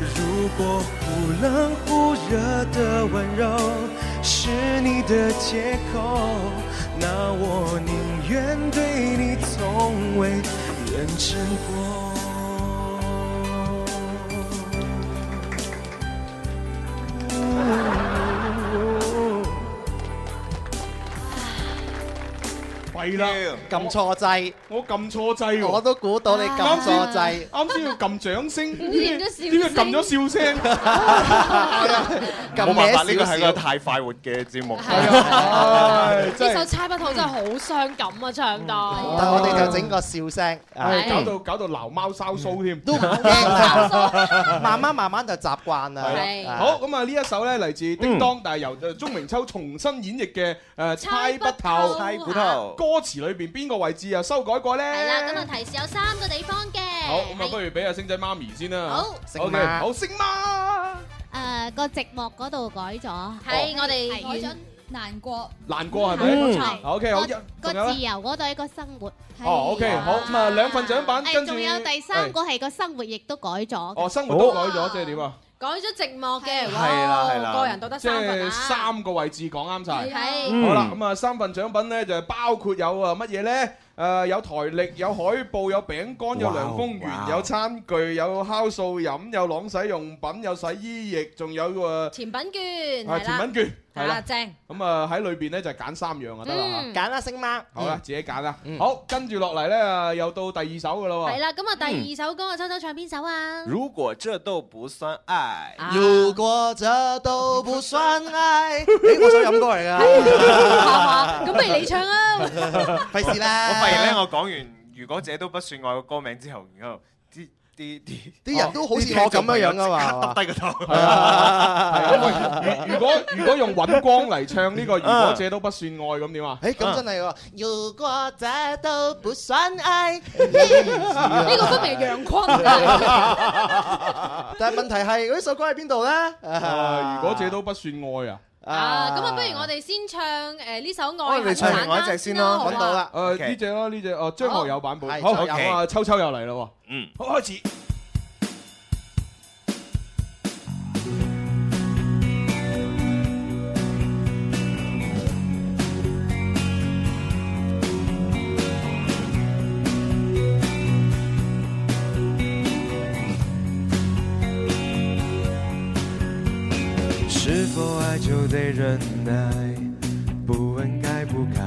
Speaker 14: 如果忽冷忽热的温柔是你的借口，那我宁愿对你从未认真过。
Speaker 4: 弊啦，
Speaker 5: 撳錯掣，
Speaker 4: 我撳錯掣喎。
Speaker 5: 我都估到你撳錯掣。
Speaker 4: 啱先要撳掌聲，
Speaker 5: 點解
Speaker 4: 點解
Speaker 5: 撳咗笑聲
Speaker 4: 撳咗笑聲？
Speaker 5: 撳
Speaker 18: 冇辦法，呢
Speaker 5: 歪
Speaker 18: 個
Speaker 5: 少
Speaker 18: 係
Speaker 5: 少
Speaker 18: 個太快活嘅節 目。
Speaker 4: 唉
Speaker 11: 呢
Speaker 4: 真係
Speaker 11: 首猜不透真係好傷感啊，唱到。
Speaker 5: 但我哋就整個笑聲，
Speaker 4: 唉搞到搞到鬧貓梢須添，
Speaker 5: 都唔 驚，慢慢慢慢就習慣啦。
Speaker 4: 係啦好咁啊！呢一首咧嚟自叮當，但係由誒鐘明秋重新演繹嘅誒猜不透，
Speaker 11: 猜不透
Speaker 4: 歌詞裏邊邊個位置又修改過咧？
Speaker 11: 係啦，咁啊提示有三個地方嘅。
Speaker 4: 好咁啊，不如俾阿星仔媽咪先啦。
Speaker 11: 好星媽
Speaker 4: OK，好星媽，
Speaker 16: Ờ,
Speaker 19: 誒個寂寞嗰度改咗，
Speaker 11: 係我哋
Speaker 19: 改咗
Speaker 11: 原
Speaker 19: 難過，
Speaker 4: 難過係咪？
Speaker 19: 冇錯
Speaker 4: ，OK，好一
Speaker 19: 個
Speaker 4: 仲有
Speaker 19: 自
Speaker 4: 咧
Speaker 19: 由嗰度一個生活。
Speaker 4: 哦，OK，好 Ờ, 咁啊，兩份獎品
Speaker 19: 誒，
Speaker 4: 跟住
Speaker 19: 仲有第三個係個生活亦都改咗。
Speaker 4: 哦，生活都改咗，即係點啊？
Speaker 11: 講咗寂寞嘅，
Speaker 4: 係啦係
Speaker 11: 哇，
Speaker 4: 啦，
Speaker 11: 個人到得三
Speaker 4: 即
Speaker 11: 份
Speaker 4: 係
Speaker 11: 啊。
Speaker 4: 三個位置講啱晒。
Speaker 11: 係
Speaker 4: 好啦，咁啊三份獎品咧就包括有啊乜嘢咧？誒有台歷、有海報、有餅乾、有涼風源、有餐具、有酵素飲、有朗洗用品、有洗衣液，仲有誒
Speaker 11: 甜品券
Speaker 4: 啊
Speaker 11: 係
Speaker 4: 甜
Speaker 11: 啦，
Speaker 4: 品券，係
Speaker 11: 啊
Speaker 4: 啦。
Speaker 11: 正。
Speaker 4: 咁啊喺裏邊咧就揀三樣啊得啦嚇。
Speaker 5: 揀啦，星媽。
Speaker 4: 好啦，自己揀啦。好，跟住落嚟咧啊又到第二首噶啦喎。
Speaker 11: 係啦，咁啊第二首歌啊，秋秋唱邊首啊？
Speaker 18: 如果這都不算愛，
Speaker 5: 如果這都不算愛， 誒，我想飲啊歌 嚟
Speaker 11: 係嘛
Speaker 5: 㗎。
Speaker 11: 咁不如你唱 啊！
Speaker 5: 費事啦。
Speaker 18: 我發現咧，我講完如果這都不算愛嘅歌名之後，然後啲啲啲
Speaker 5: 啲人都好似我咁樣樣㗎嘛
Speaker 18: 哎 即刻耷低個頭。
Speaker 4: 係啊，係啊喂如如果如果用尹光嚟唱呢個，如果這都不算愛咁點啊？
Speaker 5: 誒，咁真係喎。如果這都不算 愛，
Speaker 11: 呢
Speaker 5: 呢
Speaker 11: 個分明係啊楊坤。
Speaker 5: 但係問題係嗰首歌喺邊度咧？
Speaker 4: 啊如果這都不算愛啊！哦
Speaker 11: 啊，咁啊，不如我哋先唱誒呢首《愛
Speaker 4: 我
Speaker 11: 恨
Speaker 4: 哋
Speaker 11: 散
Speaker 4: 我
Speaker 11: 啦》啦，好啊。
Speaker 4: 誒呢只啦，呢只哦張學友版本。
Speaker 5: 好
Speaker 4: 好，
Speaker 5: 係張學
Speaker 4: 咁
Speaker 5: 友
Speaker 4: 啊，秋秋又嚟啦喎。
Speaker 18: 嗯，
Speaker 4: 好開始。
Speaker 14: 爱就得忍耐，不问该不该。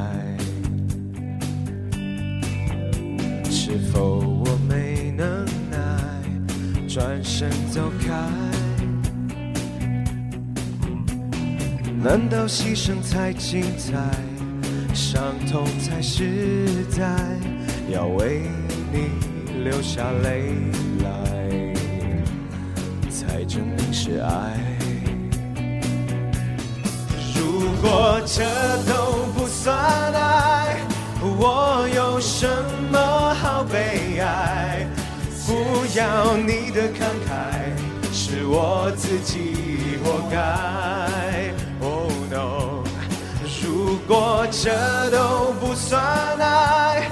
Speaker 14: 是否我没能耐，转身走开？难道牺牲才精彩，伤痛才实在？要为你流下泪来，才证明是爱。如果这都不算爱，我有什么好悲哀？不要你的慷慨，是我自己活该。Oh no，如果这都不算爱，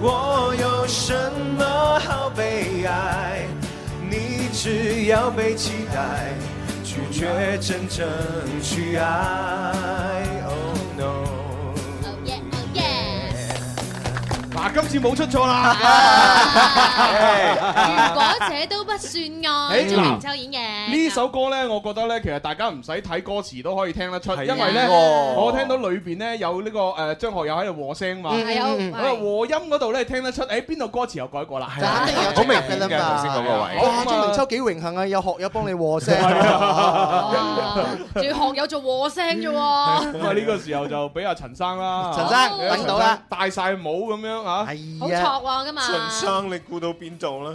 Speaker 14: 我有什么好悲哀？你只要被期待，拒绝真正去爱。Oh no。
Speaker 4: 嗱，今次冇出錯啦。
Speaker 11: 如果這都不算愛，
Speaker 4: 誒，
Speaker 11: 鍾明秋演嘅。
Speaker 4: 呢首歌呢，我覺得呢，其實大家唔使睇歌詞都可以聽得
Speaker 11: 啊
Speaker 4: 出，因為呢，
Speaker 11: 哦
Speaker 4: 我聽到裏邊呢有呢個誒張學友喺度和聲嘛，
Speaker 11: 嗯係有
Speaker 4: 咁啊
Speaker 11: 係
Speaker 4: 和音嗰度呢聽得出，誒邊度歌詞又改過啦，
Speaker 11: 啊
Speaker 5: 好明顯㗎嘛，哇！
Speaker 4: 好
Speaker 5: 哦鍾明
Speaker 4: 咁啊
Speaker 5: 秋幾榮幸啊，有學友幫你和聲。
Speaker 11: 仲要學友做和聲咋喎。
Speaker 4: 咁啊呢個時候 就俾阿陳生啦，
Speaker 11: 陳生
Speaker 4: 係啊
Speaker 11: 等到啦，啊
Speaker 4: 陳生戴晒帽咁樣啊嚇，係
Speaker 11: 好錯喎，今日。
Speaker 4: 生你估到邊度 啦？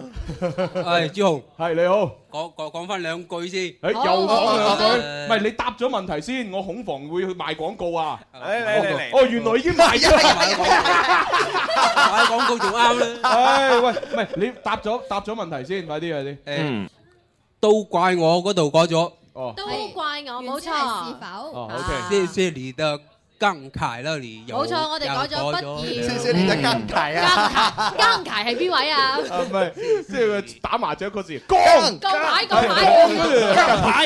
Speaker 20: 係朱紅，
Speaker 4: 係你好。
Speaker 20: 講講講翻兩句先。
Speaker 4: 誒又講兩句，唔係你答咗問題先，我恐防會賣廣告啊！
Speaker 20: 嚟嚟嚟
Speaker 4: 哦原來已經賣咗，
Speaker 20: 買廣告仲啱啦。
Speaker 4: 唉喂，唔係你答咗答咗問題先，快啲快啲。
Speaker 20: 誒，都怪我嗰度改咗。
Speaker 4: 哦
Speaker 11: 都怪我，冇錯。
Speaker 20: 謝謝你的剛才啦，你有
Speaker 11: 冇錯我哋改咗不要謝謝
Speaker 4: 你的剛才
Speaker 11: 啊啊，耕耘係邊位啊？
Speaker 4: 啊唔係，即係佢打麻雀嗰時，
Speaker 11: 江江牌，江牌。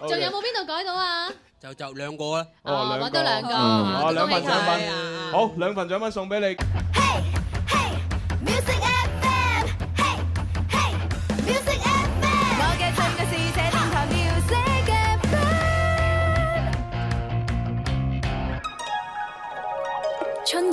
Speaker 11: 仲有冇邊度改到啊？
Speaker 20: 就就兩個啦。
Speaker 4: 哦，兩
Speaker 11: 揾到兩個嗯
Speaker 4: 哦，兩
Speaker 11: 恭
Speaker 4: 份
Speaker 11: 喜
Speaker 4: 獎
Speaker 11: 佢
Speaker 4: 品，
Speaker 11: 啊
Speaker 4: 好，兩份獎品送俾你。
Speaker 13: Music FM，我嘅真愛是這電台 Music FM。
Speaker 21: 春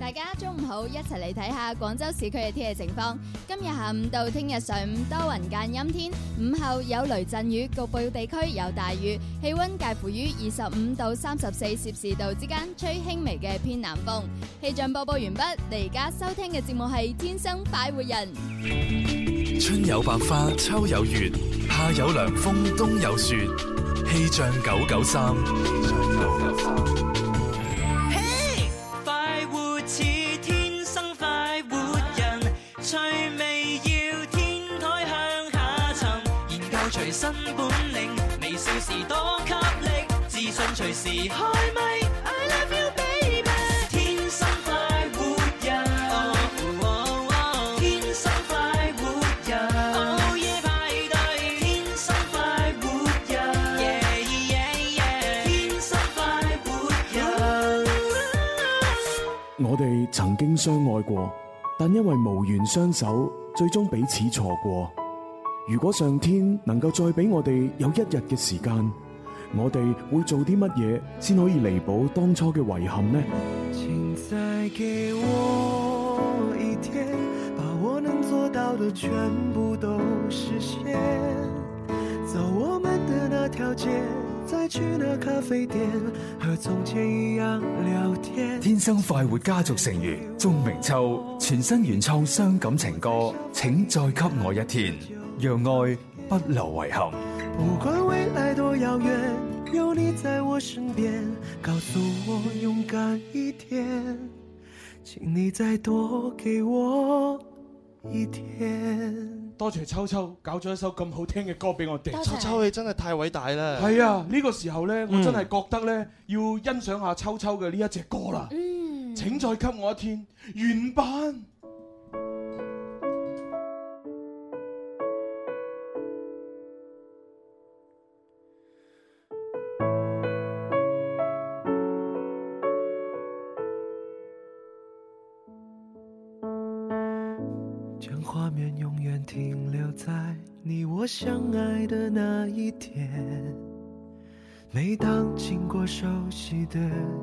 Speaker 1: 大家中午好，一齊嚟睇下廣州市區嘅天氣情況。今日下午到聽日上午多雲間陰天，午後有雷陣雨，局部地區有大雨，氣温介乎於二十五到三十四攝氏度之間，吹輕微嘅偏南風。氣象播報完畢，你而家收聽嘅節目係《天生快活人》。
Speaker 2: 春有百花，秋有月，夏有涼風，冬有雪。氣象九九三，
Speaker 22: 快活似天生快活人，趣味要天台向下沉，研究隨身本領，微笑時多給力，自信隨時開咪。I love you baby，天生快活人，哦哦天生快活人，午夜派對，天生快活人，yeah yeah yeah，天生快活人。
Speaker 17: 我哋曾經相愛過，但因為無緣相守，最終彼此錯過。如果上天能夠再俾我哋有一日嘅時間，我哋會做啲乜嘢先可以彌補當初嘅遺憾呢？
Speaker 14: 请再给我一天，把我能做到的全部都实现。走我们的那条街，再去那咖啡店，和从前一样聊天。
Speaker 23: 天生快活家族成員鍾明秋全新原創傷感情歌，請再給我一天，讓愛不留遺憾。
Speaker 14: 不管未来多遥远，有你在我身边，告诉我勇敢一点，请你再多给我一天。
Speaker 4: 多謝秋秋搞咗一首咁好聽嘅歌俾我哋。
Speaker 5: 秋秋你真係太偉大啦！
Speaker 4: 係啊，呢個時候呢，我真係覺得呢，要欣賞下秋秋嘅呢一隻歌啦。嗯，請再給我一天原版。
Speaker 14: 画面永远停留在你我相爱的那一天。每当经过熟悉的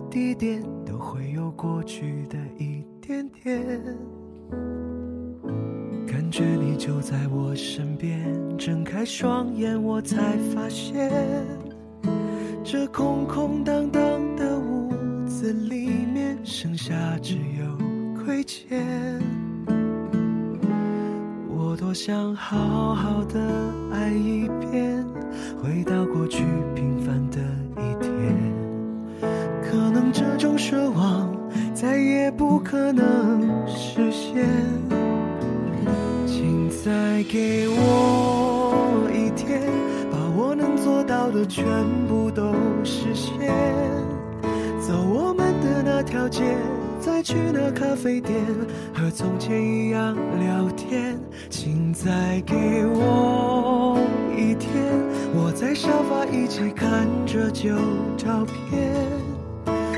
Speaker 14: 地点，都会有过去的一点点。感觉你就在我身边，睁开双眼，我才发现，这空空荡荡的屋子里面，剩下只有亏欠。我多想好好的爱一遍，回到过去平凡的一天。可能这种奢望再也不可能实现，请再给我一天，把我能做到的全部都实现。走我们的那条街，再去那咖啡店，和从前一样聊天。请再给我一天，我在沙发一起看着旧照片。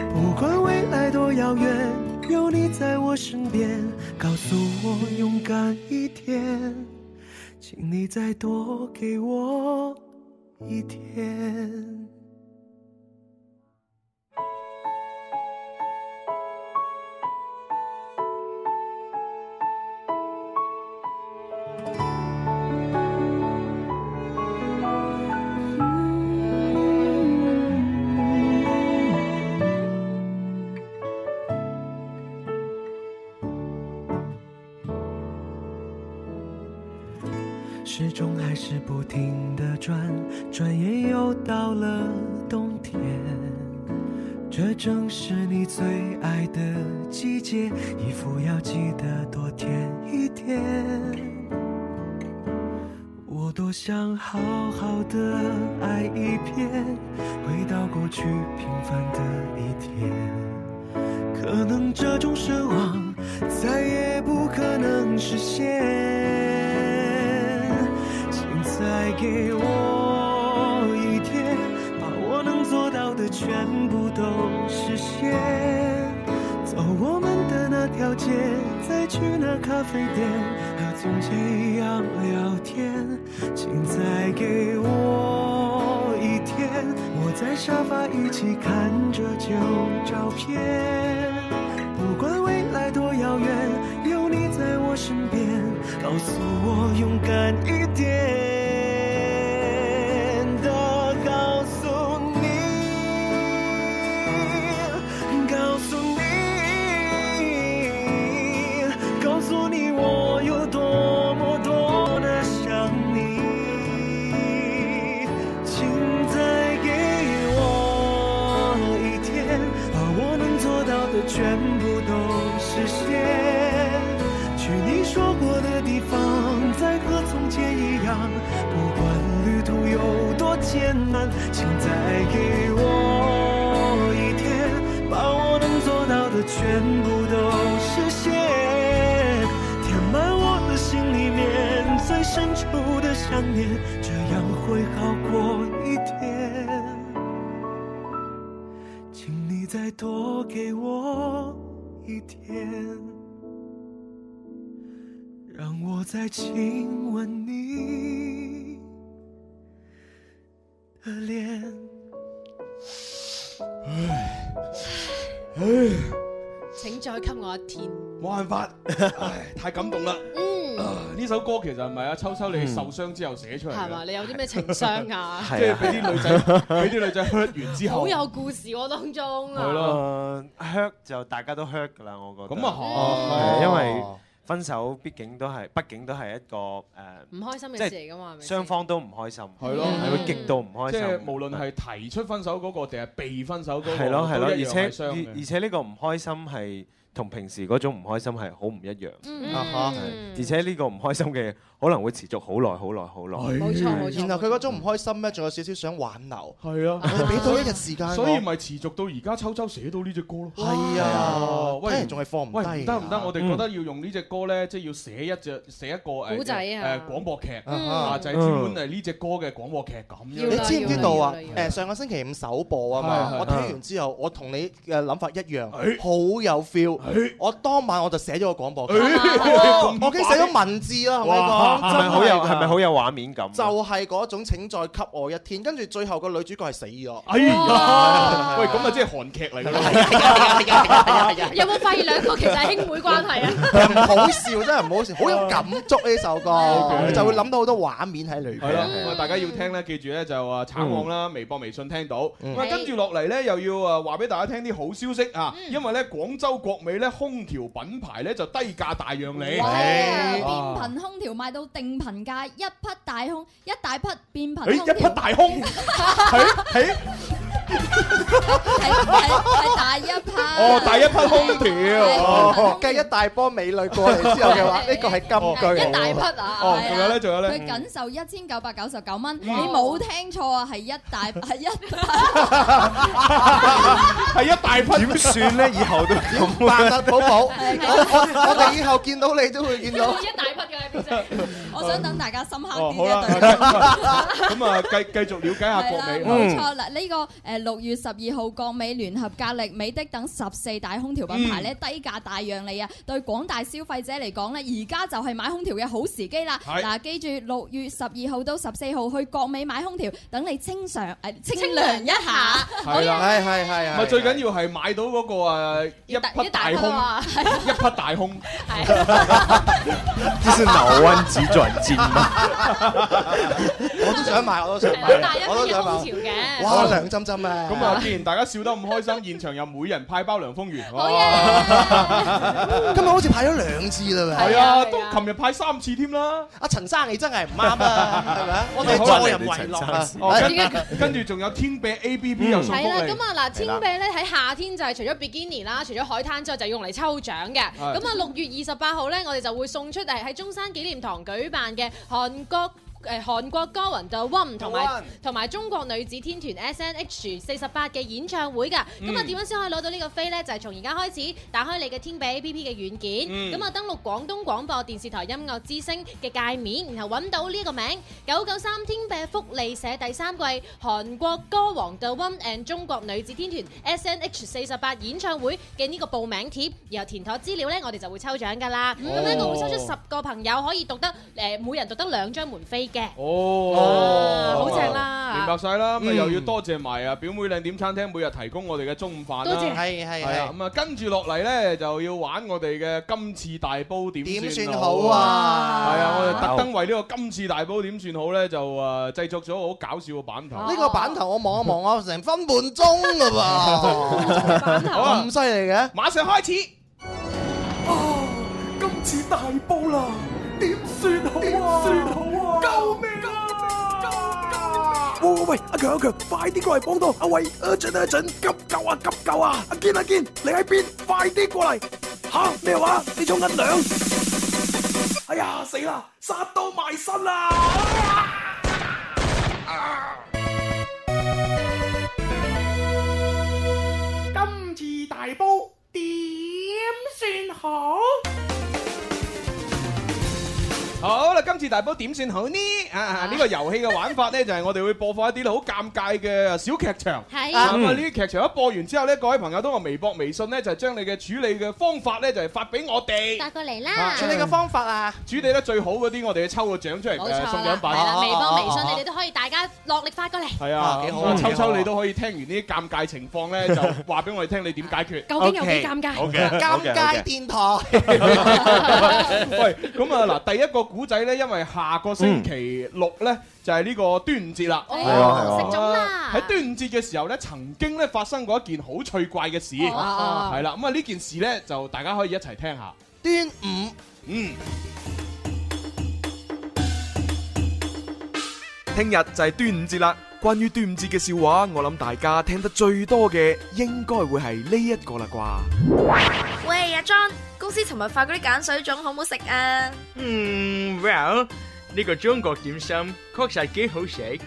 Speaker 14: 不管未来多遥远，有你在我身边，告诉我勇敢一点，请你再多给我一天。时钟还是不停地转，转眼又到了冬天。这正是你最爱的季节，衣服要记得多添一点。我多想好好的爱一遍，回到过去平凡的一天。可能这种奢望再也不可能实现。请再给我一天，把我能做到的全部都实现。走我们的那条街，再去那咖啡店，和从前一样聊天。请再给我一天，我在沙发一起看着旧照片。不管未来多遥远，有你在我身边，告诉我勇敢一点的告诉你，告诉你，告诉你我有多么多么的想你，请再给我一天，把我能做到的全部都实现。去你说过的地方，再和从前一样，不管旅途有多艰难，请再给我一天，把我能做到的全部都实现，填满我的心里面最深处的想念，这样会好过一点。请你再多给我一天。让我再亲吻你的脸。
Speaker 4: 唉，
Speaker 11: 請再給我一天。
Speaker 4: 冇辦法，唉，太感動啦！
Speaker 11: 嗯
Speaker 4: 啊呢首歌其實唔係啊，秋秋你受傷之後寫出嚟㗎
Speaker 11: 係嘛？你有啲咩情商啊？
Speaker 4: 即係俾啲女仔，俾啲女仔 hurt 完之
Speaker 11: 好
Speaker 4: 後，
Speaker 11: 有故事喎，當中啊。
Speaker 18: 咯，hurt 就大家都 hurt 噶啦，我覺得。
Speaker 4: 咁啊係
Speaker 18: 係因為分手畢竟都係，畢竟都係一個誒
Speaker 11: 唔開心嘅
Speaker 18: 即係
Speaker 11: 事嚟㗎嘛係咪先
Speaker 18: 雙方都唔開心，
Speaker 4: 係咯
Speaker 18: 係會極度唔開
Speaker 4: 即
Speaker 18: 心。
Speaker 4: 係無論係提出分手嗰個定係被分手嗰個，
Speaker 18: 係咯係咯，
Speaker 4: 都
Speaker 18: 而
Speaker 4: 一樣
Speaker 18: 且
Speaker 4: 係傷嘅
Speaker 18: 而而且呢個唔開心係同平時嗰種唔開心係好唔一樣。
Speaker 4: 嗯
Speaker 18: 啊哈
Speaker 4: 嗯
Speaker 18: 而且呢個唔開心嘅可能會持續好耐好耐好耐。
Speaker 5: 然後佢嗰種唔開心咧，仲有少少想挽留。
Speaker 4: 係啊，
Speaker 5: 我哋俾多一日時間我。
Speaker 4: 所以咪持續到而家秋秋寫到呢只歌咯。
Speaker 5: 係啊
Speaker 4: 喂
Speaker 5: 聽人仲係放唔
Speaker 4: 喂
Speaker 5: 低
Speaker 4: 得唔得？
Speaker 5: 㗎
Speaker 4: 我哋覺得要用呢只歌咧，即係要寫一隻寫一個誒
Speaker 5: 古仔
Speaker 4: 誒
Speaker 5: 啊
Speaker 4: 廣播劇
Speaker 5: 嗯
Speaker 4: 啊，就係專門係呢只歌嘅廣播劇咁樣。
Speaker 5: 你知唔知道啊？誒上個星期五首播啊
Speaker 4: 係
Speaker 5: 嘛，
Speaker 4: 係
Speaker 5: 我睇完之後，我同你嘅諗法一
Speaker 4: 誒
Speaker 5: 樣，好有 feel。我當晚我就寫咗個廣 播劇，
Speaker 18: 咦
Speaker 5: 我已經寫咗文字啦，同你
Speaker 18: 哇
Speaker 5: 講，
Speaker 18: 係咪好有
Speaker 5: 真
Speaker 18: 係咪好有畫面感？
Speaker 5: 就係嗰種請再給我一天，跟住最後個女主角係死咗。
Speaker 4: 哎呀，喂，咁啊，即係韓劇嚟㗎
Speaker 5: 啊
Speaker 4: 啦。
Speaker 11: 有冇發現兩個其實係兄妹關係啊？
Speaker 5: 唔好笑，真係唔好笑，好有感觸呢首歌，
Speaker 4: OK
Speaker 5: 你就會諗到好多畫面喺裏
Speaker 4: 係咯，
Speaker 5: 邊。
Speaker 4: 咁啊大家要聽咧，記住咧就啊橙網啦、微博、微信聽到。咁啊
Speaker 5: 係
Speaker 4: 跟住落嚟咧，又要啊話俾大家聽啲好消息啊，因為咧廣州國美咧空調品牌咧就低價大讓你。
Speaker 1: 哇
Speaker 4: 啊
Speaker 1: 變頻空調賣到定頻價，一匹大空，一大匹變
Speaker 4: 誒
Speaker 1: 頻空
Speaker 4: 一匹
Speaker 1: 調，
Speaker 4: 大空，係係
Speaker 1: 係係係大一匹。
Speaker 5: 哦，第一匹空調，
Speaker 4: 哦
Speaker 5: 哦，跟住一大波美女過嚟之後 嘅話，呢個係金句嚟
Speaker 1: 一大
Speaker 5: 喎。
Speaker 1: 匹啊！
Speaker 5: 哦
Speaker 1: 係啊
Speaker 5: 仲有呢仲有呢
Speaker 1: 佢僅售一千九百九十九蚊，你冇聽錯啊，係一 大係一
Speaker 4: 係一大匹。
Speaker 18: 點算咧？以後都 咁
Speaker 5: 扮啊， 寶寶，我我我哋以後見到你都會見到。
Speaker 1: 一大匹嘅變成。我想等大家深刻
Speaker 4: 哦，
Speaker 1: 啲
Speaker 4: 好啦，
Speaker 1: 呢一對
Speaker 4: 咁啊繼繼續了解下國美。
Speaker 1: 冇錯啦，呢個誒六月十二號，國美聯合格力、美的等十四大空調品牌咧低價大讓利啊！對廣大消費者嚟講咧，而家就係買空調嘅好時機啦。
Speaker 11: 係
Speaker 1: 嗱，記住六月十二號到十四號去國美買空調，等你清涼誒清
Speaker 11: 清
Speaker 1: 涼
Speaker 11: 涼
Speaker 1: 一
Speaker 11: 一
Speaker 1: 下
Speaker 11: 下。
Speaker 4: 係啦，
Speaker 5: 係係係
Speaker 4: 咪最緊要係買到嗰個啊一匹大空， 一匹大空。
Speaker 18: 這是腦彎子轉筋 嗎？
Speaker 5: 我都想買，我都想買，我都想買。哇，涼浸浸啊！
Speaker 4: 咁啊，既然大家笑得咁開心，現場又每人派包涼風丸。
Speaker 11: Oh，
Speaker 4: 好
Speaker 5: 今日好似派咗兩次啦，
Speaker 4: 係啊，都琴日派三次添啦。
Speaker 5: 阿陳生你真係唔啱啊，係咪啊？我哋
Speaker 4: 好啦
Speaker 5: 助人為樂啊
Speaker 4: 哦
Speaker 5: 係
Speaker 4: 跟跟住仲有天幣 A P P 又送
Speaker 11: 係啦，
Speaker 4: 福利
Speaker 11: 咁。啊嗱，天臂咧喺夏天就係除咗 bikini 啦，除咗海灘之外，就用嚟抽獎嘅。
Speaker 4: 係
Speaker 11: 咁啊，六月二十八號咧，我哋就會送出誒喺中山紀念堂舉辦嘅韓國。誒韓國歌雲 The One 同
Speaker 3: The One
Speaker 11: 埋同埋中國女子天團 S.N.H 四十八嘅演唱會㗎，咁啊
Speaker 3: 嗯
Speaker 11: 點樣先可以攞到呢個飛呢？就係從而家開始打開你嘅天幣 A.P.P 嘅軟
Speaker 3: 嗯
Speaker 11: 件，咁啊登錄廣東廣播電視台音樂之聲嘅界面，然後揾到呢個名九九三天幣福利社第三季韓國歌王 The One and 中國女子天團 S.N.H 四十八演唱會嘅呢個報名貼，然後填妥資料呢，我哋就會抽獎㗎啦。咁呢個會抽出十個朋友可以讀得誒，每人讀得兩張門飛嘅。
Speaker 4: 哦，
Speaker 11: 好正啦
Speaker 4: 明白晒啦，咁啊
Speaker 11: 嗯
Speaker 4: 又要多謝埋啊表妹靚點餐廳每日提供我哋嘅中午飯啦，
Speaker 11: 多謝
Speaker 5: 係係
Speaker 4: 係啊，咁啊跟住落嚟咧就要玩我哋嘅今次大煲點
Speaker 5: 點
Speaker 4: 算
Speaker 5: 算
Speaker 4: 好
Speaker 5: 好
Speaker 4: 啊，
Speaker 5: 啊
Speaker 4: 係啊，我哋特登為呢個今次大煲點算好咧就誒製作咗好搞笑嘅版頭，
Speaker 5: 呢個版頭我望一望啊，成分半鐘嘞噃，咁犀利嘅，
Speaker 4: 馬上開始。
Speaker 14: 啊！今次大煲啦，點算好啊？算好啊？救命啊！喂喂喂，阿強阿強，快啲過嚟幫到阿喂，urgent urgent，急救
Speaker 13: à,
Speaker 14: 啊急救啊！阿堅阿堅，你喺邊？快啲過嚟！吓咩
Speaker 13: à,
Speaker 14: 話？你沖緊涼？哎呀死啦！殺到埋身啦！
Speaker 12: 今次大煲點算好？
Speaker 4: 好啦，今次大波點算好呢？啊，呢個遊戲嘅玩法呢，就係我哋會播放一啲好尷尬嘅小劇場。
Speaker 11: 係
Speaker 4: 咁啊，呢啲劇場一播完之後呢，各位朋友通過微博、微信呢，就將你嘅處理嘅方法呢，就係發俾我哋。
Speaker 11: 發過嚟
Speaker 4: 啊
Speaker 11: 啦！
Speaker 4: 處理嘅
Speaker 5: 方法啊，
Speaker 4: 處理得最好嗰啲，我哋抽個獎出嚟
Speaker 11: 冇
Speaker 4: 誒送
Speaker 11: 錯
Speaker 4: 獎
Speaker 11: 啦，
Speaker 4: 品。
Speaker 11: 係啦，微博、微信
Speaker 4: 啊
Speaker 11: 你哋。都可以大家落力發過嚟。
Speaker 4: 係啊，
Speaker 5: 幾好
Speaker 4: 咁
Speaker 5: 啊
Speaker 4: 秋
Speaker 5: 幾好
Speaker 4: 秋
Speaker 5: 啊
Speaker 4: 你都可以聽完呢啲尷尬情況 呢，就話俾我哋聽你點解決。
Speaker 11: 究竟有幾尷尬 OK，OK，OK
Speaker 5: 尷尬電台，
Speaker 4: 喂，咁啊嗱，第一個古仔咧，因為下個星期
Speaker 24: 嗯
Speaker 4: 六咧就係呢個端午節啦，
Speaker 11: 係啊食粽
Speaker 4: 啦。喺端午節嘅時候咧，曾經咧發生過一件好趣怪嘅事，
Speaker 5: 哦
Speaker 4: 係啦。咁啊呢件事咧就大家可以一齊聽下。
Speaker 5: 端午，
Speaker 4: 嗯，
Speaker 24: 聽日就係端午節啦。關於端午節嘅笑話，我諗大家聽得最多嘅應該會係呢一個啦啩。
Speaker 13: 喂，阿 John，公司尋日發嗰啲鹼水粽好唔好食啊？
Speaker 25: 嗯，well，呢個中國點心確實幾好食，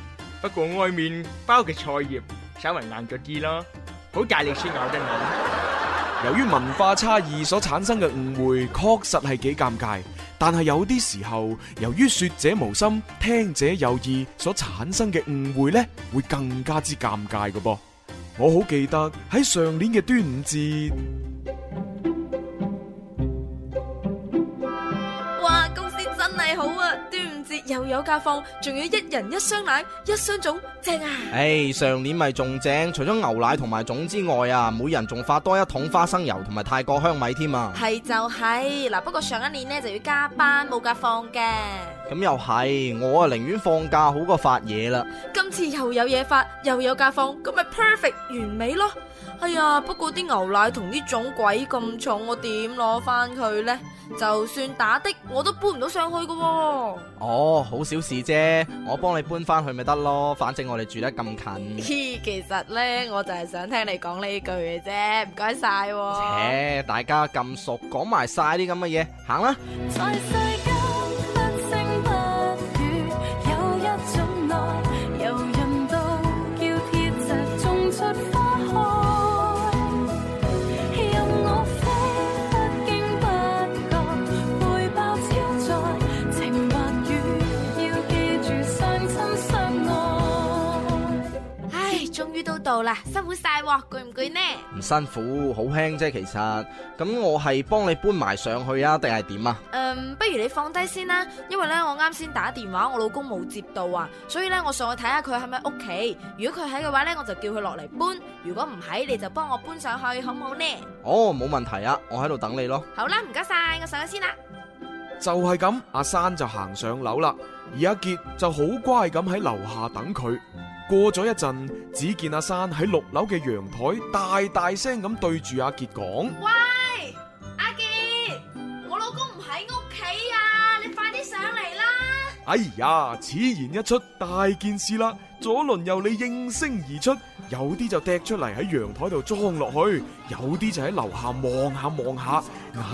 Speaker 25: 不過外面包嘅菜葉稍微硬咗啲咯，好大力先咬得爛。
Speaker 24: 由於文化差異所產生嘅誤會，確實係幾尷尬。但係有啲時候，由於說者無心，聽者有意，所產生嘅誤會呢，會更加之尷尬嘅噃。我好記得喺上年嘅端午節。
Speaker 3: 又有假放，仲要一人一箱奶，一箱粽，正啊！
Speaker 26: 唉，上年咪仲正，除咗牛奶同埋粽之外啊，每人仲發多一桶花生油同埋泰國香米添啊！
Speaker 3: 係就係、嗱，不過上一年呢就要加班冇假放嘅，
Speaker 26: 咁又係，我啊寧願放假好過發嘢啦。
Speaker 3: 今次又有嘢發，又有假放，咁咪 perfect 完美咯。哎呀，不過啲牛奶同啲粽鬼咁重，我點攞翻佢呢？就算打的，我都搬唔到上去嘅喎、
Speaker 26: 哦，好小事啫，我幫你搬翻去咪得咯，反正我哋住得咁近。
Speaker 3: 嘻，其實呢，我就係想聽你講呢句嘅啫，唔該晒喎。
Speaker 26: 誒，大家咁熟，講埋晒啲咁嘅嘢，行啦。
Speaker 13: 在世間不聲不語，有一種愛，柔潤到叫鐵石種出花開。任我飛，不經不覺，背包超載，情或雨，要記住相親相愛。
Speaker 3: 唉，終於都到啦，辛苦晒喎，攰唔攰呢？
Speaker 26: 唔辛苦，好輕啫，其實。咁我係幫你搬埋上去啊，定係點啊？
Speaker 3: 嗯，不如你放低先啦，因為咧我啱先打電話，我老公冇接到啊，所以咧我上去睇下佢喺咪屋企。如果佢喺嘅話咧，我就叫佢落嚟搬；如果唔喺，你就幫我搬上去，好唔好 呢？
Speaker 26: 哦，冇問題啊，我喺度等你咯。
Speaker 3: 好啦，唔該晒，我上去先啦。
Speaker 4: 就係咁，阿山就行上樓啦，而阿杰就好乖咁喺樓下等佢。過咗一陣，只見阿山喺六樓嘅陽台大大聲咁對住阿杰講：
Speaker 3: 喂，阿杰，我老公唔喺屋企啊，你快啲上嚟啦！
Speaker 4: 哎呀，此言一出，大件事啦！左鄰右里應聲而出，有啲就掟出嚟喺陽台度裝落去，有啲就喺樓下望下望下，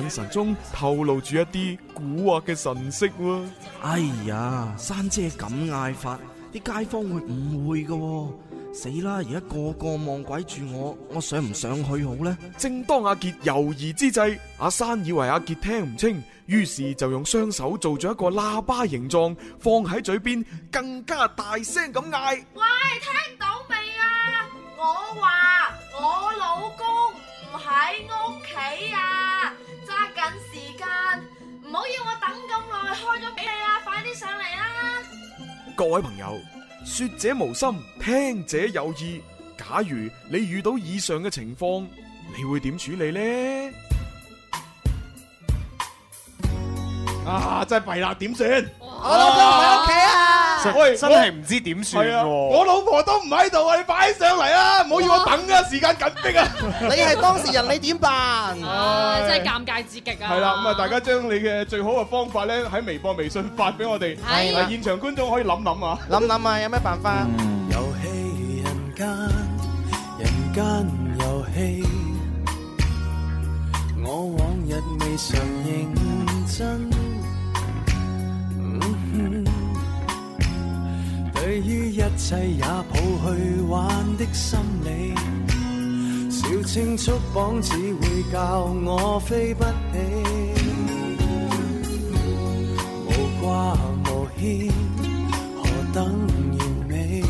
Speaker 4: 眼神中透露住一啲蠱惑嘅神色喎。
Speaker 26: 哎呀，山姐咁嗌法，啲街坊會誤會噶、死啦！而家個個望鬼住我，我上唔上去好呢？
Speaker 4: 正當阿杰猶豫之際，阿山以為阿杰聽唔清，於是就用雙手做咗一個喇叭形狀，放喺嘴邊，更加大聲咁嗌。
Speaker 3: 喂，聽到未啊？我話我老公唔喺屋企啊，揸緊時間，唔好要我等咁耐，開咗俾你啦，快啲上嚟啦！
Speaker 4: 各位朋友，說者無心，聽者有意。假如你遇到以上嘅情況，你會點處理呢？
Speaker 5: 啊，真係弊啦，點算？
Speaker 26: 我老公唔喺屋企啊！
Speaker 5: 喂，
Speaker 18: 真係唔知點算
Speaker 5: 係啊
Speaker 18: 喎
Speaker 5: 我老婆都唔喺度啊，你快啲上嚟啊！唔好要我等啊，時間緊迫啊！
Speaker 26: 你係當事人，你點辦？
Speaker 11: 啊，真係尷尬至極啊！
Speaker 5: 係啦，咁啊，大家將你嘅最好嘅方法咧，喺微博、微信發俾我哋，
Speaker 11: 係
Speaker 5: 啊，現場觀眾可以諗諗啊，
Speaker 26: 諗諗啊，有咩辦法？
Speaker 14: 遊戲人間，人間遊戲，我往日未曾認真。嗯哼對於一切也抱去玩的心理，小青竹棒只會教我飛不起，無掛無牽。何等完美，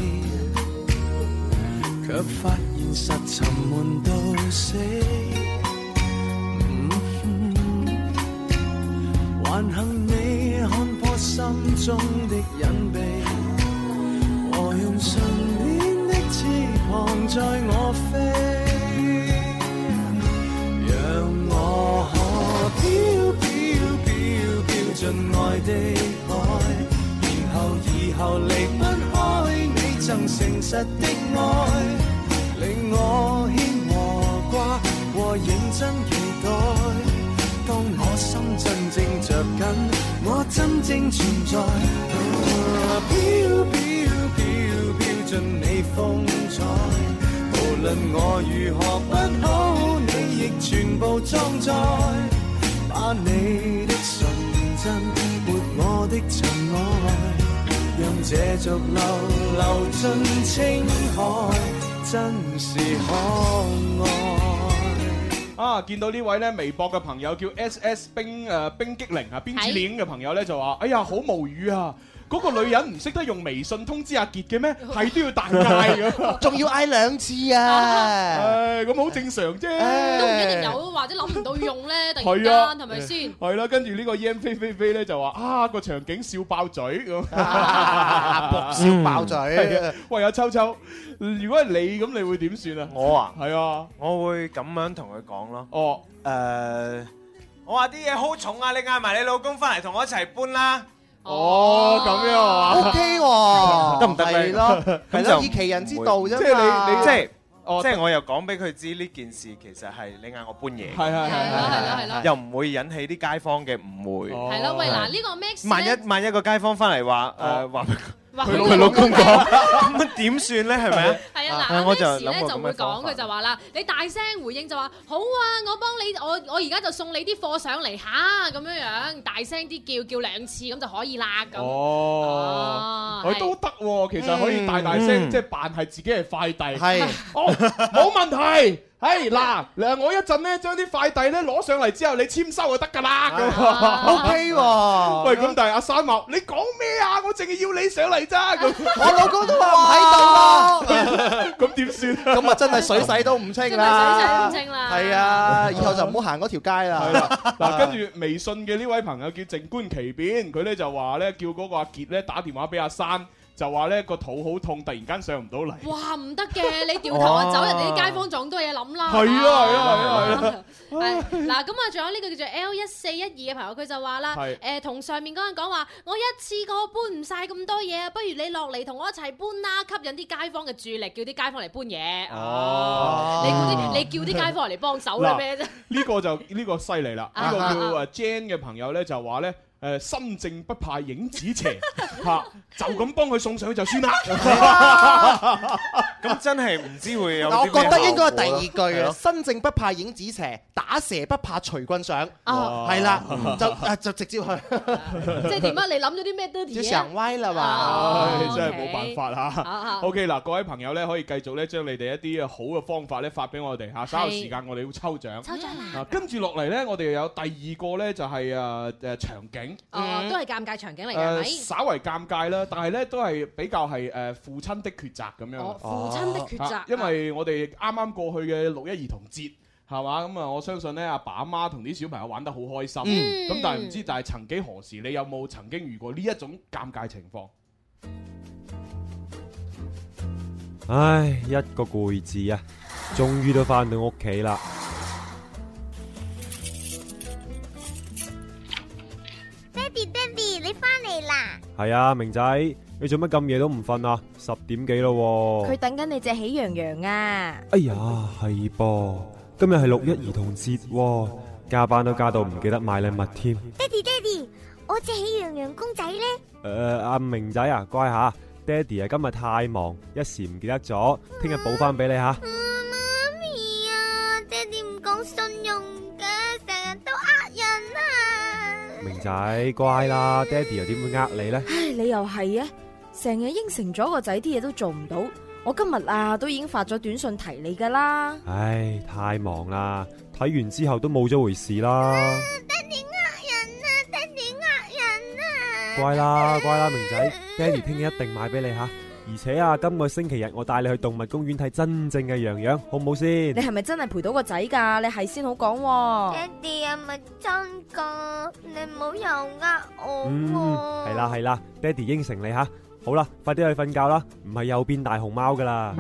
Speaker 14: 卻發現實沉悶到死。嗯哼還幸你看破心中的隱秘，和用唇邊的翅膀載我飛，讓我可飄飄飄飄進愛的海。然後以後離不開你贈誠實的愛，令我牽和掛和認真期待。當我心真正着緊，我真正存在。啊飄飄飄飄進你風采，無論我如何不好，你亦全部裝載。把你的純真抹我的塵埃，讓這濁流流進青海，真是可愛。
Speaker 5: 啊，見到呢位咧微博嘅朋友叫 S S 冰誒冰激凌啊，邊子鏈嘅朋友咧就話：哎呀，好無語啊！
Speaker 4: 嗰個女人唔識得用微信通知阿傑 嘅咩？係都要大嗌咁，
Speaker 5: 仲要嗌兩次啊！
Speaker 4: 唉，咁好正常啫，
Speaker 11: 都唔一定有，或者諗唔到用 咧，突然
Speaker 4: 係啊，
Speaker 11: 間係咪先？
Speaker 4: 係啦，跟住呢個 E M 飛飛飛咧就話啊個場景笑爆嘴咁，
Speaker 18: 啊
Speaker 5: 搏笑爆嘴
Speaker 4: 係啊喂，阿秋秋，如果係你咁，你會點算啊？
Speaker 18: 我啊，
Speaker 4: 係啊，
Speaker 18: 我會咁樣同佢講咯。
Speaker 4: 哦，
Speaker 18: 誒，
Speaker 6: 我話啲嘢好重啊，你嗌埋你老公翻嚟同我一齊搬啦。
Speaker 4: 哦，咁樣啊
Speaker 5: OK 喎
Speaker 18: 得唔得
Speaker 5: 係
Speaker 18: 咧？
Speaker 5: 咯
Speaker 18: 咁
Speaker 5: 係咯
Speaker 18: 就
Speaker 5: 以其人之
Speaker 18: 唔會
Speaker 5: 道啫即係你嘛
Speaker 18: 即係
Speaker 5: 哦
Speaker 18: 即係我又講俾佢知呢件事其實係你嗌我搬嘢，
Speaker 4: 係
Speaker 11: 係
Speaker 4: 係
Speaker 11: 咯係咯係咯
Speaker 18: 又唔會引起啲街坊嘅誤會。
Speaker 11: 係咯，喂嗱，呢個 Max
Speaker 18: 萬一萬一個街坊翻嚟話誒話
Speaker 11: 話
Speaker 18: 佢佢老公講， 咁點算咧？係咪啊？
Speaker 11: 係啊，
Speaker 18: 啊
Speaker 11: 嗱，
Speaker 18: 我
Speaker 11: 我
Speaker 18: 就
Speaker 11: 就
Speaker 18: 諗
Speaker 11: 咧
Speaker 18: 過
Speaker 11: 就會
Speaker 18: 咁嘅方
Speaker 11: 講，
Speaker 18: 法
Speaker 11: 佢就話啦，你大聲回應就話好啊，我幫你，我我而家就送你啲貨上嚟吓，咁樣樣，大聲啲叫叫兩次咁就可以啦，咁
Speaker 4: 哦，佢都得喎，其實可以大大
Speaker 18: 嗯
Speaker 4: 聲，即係扮係自己係快遞。
Speaker 5: 係，
Speaker 4: 哦，冇問題。係嗱，嗱我一陣咧將啲快遞咧攞上嚟之後，你簽收就得㗎啦。
Speaker 5: 啊
Speaker 4: 咁
Speaker 5: OK 喎
Speaker 4: 喂，咁但係阿山話你講咩啊？我淨係要你上嚟咋。咁
Speaker 5: 我老公都話唔喺度啊啦。
Speaker 4: 咁點算？
Speaker 5: 咁啊，真係水洗都唔清啦，
Speaker 11: 真係水洗都唔清啦
Speaker 5: 係啊，以後就唔好行嗰條街
Speaker 4: 啊
Speaker 5: 啦。
Speaker 4: 嗱，跟住微信嘅呢位朋友叫靜觀其變，佢咧就話咧叫嗰個阿傑咧打電話俾阿山，就話咧個肚好痛，突然間上唔到嚟。
Speaker 11: 哇唔得嘅，你掉頭啊走，
Speaker 4: 哇
Speaker 11: 人哋啲街坊撞多嘢諗啦。
Speaker 4: 哦係啊係啊係啊係啊！
Speaker 11: 係嗱，咁啊，仲有呢個叫做 L 一四一二嘅朋友，佢就話啦，
Speaker 4: 係
Speaker 11: 誒同上面嗰個人講話，我一次過搬唔晒咁多嘢啊，不如你落嚟同我一齊搬啦，吸引啲街坊嘅注意力，叫啲街坊嚟搬嘢。
Speaker 4: 哦
Speaker 11: 你估啲你叫啲街坊嚟幫手啦
Speaker 4: 嗱
Speaker 11: 咩啫？
Speaker 4: 呢個就呢個犀利啦！
Speaker 11: 啊
Speaker 4: 呢個
Speaker 11: 啊
Speaker 4: 叫誒 Jan 嘅朋友咧就話咧。誒心正不怕影子斜， 嚇就咁幫佢送上去就算啦。
Speaker 18: 咁真係唔知會有
Speaker 5: 嗱，我
Speaker 18: 啲咩
Speaker 5: 覺得應該
Speaker 18: 效
Speaker 5: 係
Speaker 18: 果
Speaker 5: 第二
Speaker 18: 咯
Speaker 5: 句
Speaker 18: 係
Speaker 5: 啊，
Speaker 18: 咯
Speaker 5: 身正不怕影子斜，打蛇不怕隨棍上，
Speaker 11: 哦
Speaker 5: 係啦
Speaker 18: 嗯，
Speaker 5: 就啊就直接去，
Speaker 11: 即係點啊？你諗咗啲咩 dirty
Speaker 5: 要
Speaker 11: 嘢啊
Speaker 5: 常威啦嘛
Speaker 4: 唉，，真係
Speaker 11: OK
Speaker 4: 冇辦法
Speaker 11: 啊
Speaker 4: 嚇
Speaker 11: 啊。
Speaker 4: OK 嗱，各位朋友咧可以繼續咧將你哋一啲呃好嘅方法咧發俾我哋嚇，稍有時間我哋要抽獎。
Speaker 11: 抽獎啦
Speaker 4: 啊！跟住落嚟咧，我哋有第二個咧就係誒誒場景。
Speaker 11: 哦，都係尷尬場景嚟嘅，係
Speaker 4: 誒
Speaker 11: 咪？
Speaker 4: 呃稍為尷尬啦，但係咧都係比較係誒父親的抉擇咁樣。
Speaker 11: 哦父親的抉擇
Speaker 4: 啊因為我哋啱啱過去嘅六一兒童節。係嘛咁啊！我相信咧，阿爸阿媽同啲小朋友玩得好開心。
Speaker 5: 嗯
Speaker 4: 咁但係唔知，但係曾幾何時，你有冇曾經遇過呢一種尷尬情況？
Speaker 7: 唉，一個攰字啊，終於都翻到屋企啦。
Speaker 8: Baby Baby，你翻嚟啦！
Speaker 7: 係啊，明仔，你做乜咁夜都唔瞓啊？十點幾咯喎。
Speaker 9: 佢等緊你隻喜羊羊啊！
Speaker 7: 哎呀，係噃，今日係六一兒童節喎，加班都加到唔記得買禮物添。
Speaker 8: Daddy Daddy，我只喜羊羊公仔呢？
Speaker 7: 誒、阿明仔啊，乖下，爹哋啊，今日太忙，一時唔記得咗，聽日補翻俾你吓。
Speaker 8: 媽咪啊，Daddy 唔講信用嘅，成日都呃人啊！
Speaker 7: 明仔，乖啦，爹哋又點會呃你呢？
Speaker 9: 唉，你又係啊，成日應承咗個仔啲嘢都做唔到。我今日啊都已經發咗短信提你噶啦。
Speaker 7: 唉，太忙啦，睇完之後都冇咗回事啦。乖啦，乖啦，明仔，爹哋聽日一定買俾你吓。而且啊，今個星期日我帶你去動物公園睇真正嘅羊羊，好唔好先
Speaker 9: 你？係咪真係陪到個仔噶？你係先好講喎、
Speaker 8: Daddy 係咪真噶？你唔好又呃
Speaker 7: 嗯，
Speaker 8: 我
Speaker 7: 係啦係啦，爹哋應承你吓。好啦，快啲去瞓覺啦，唔係又變大熊貓噶啦。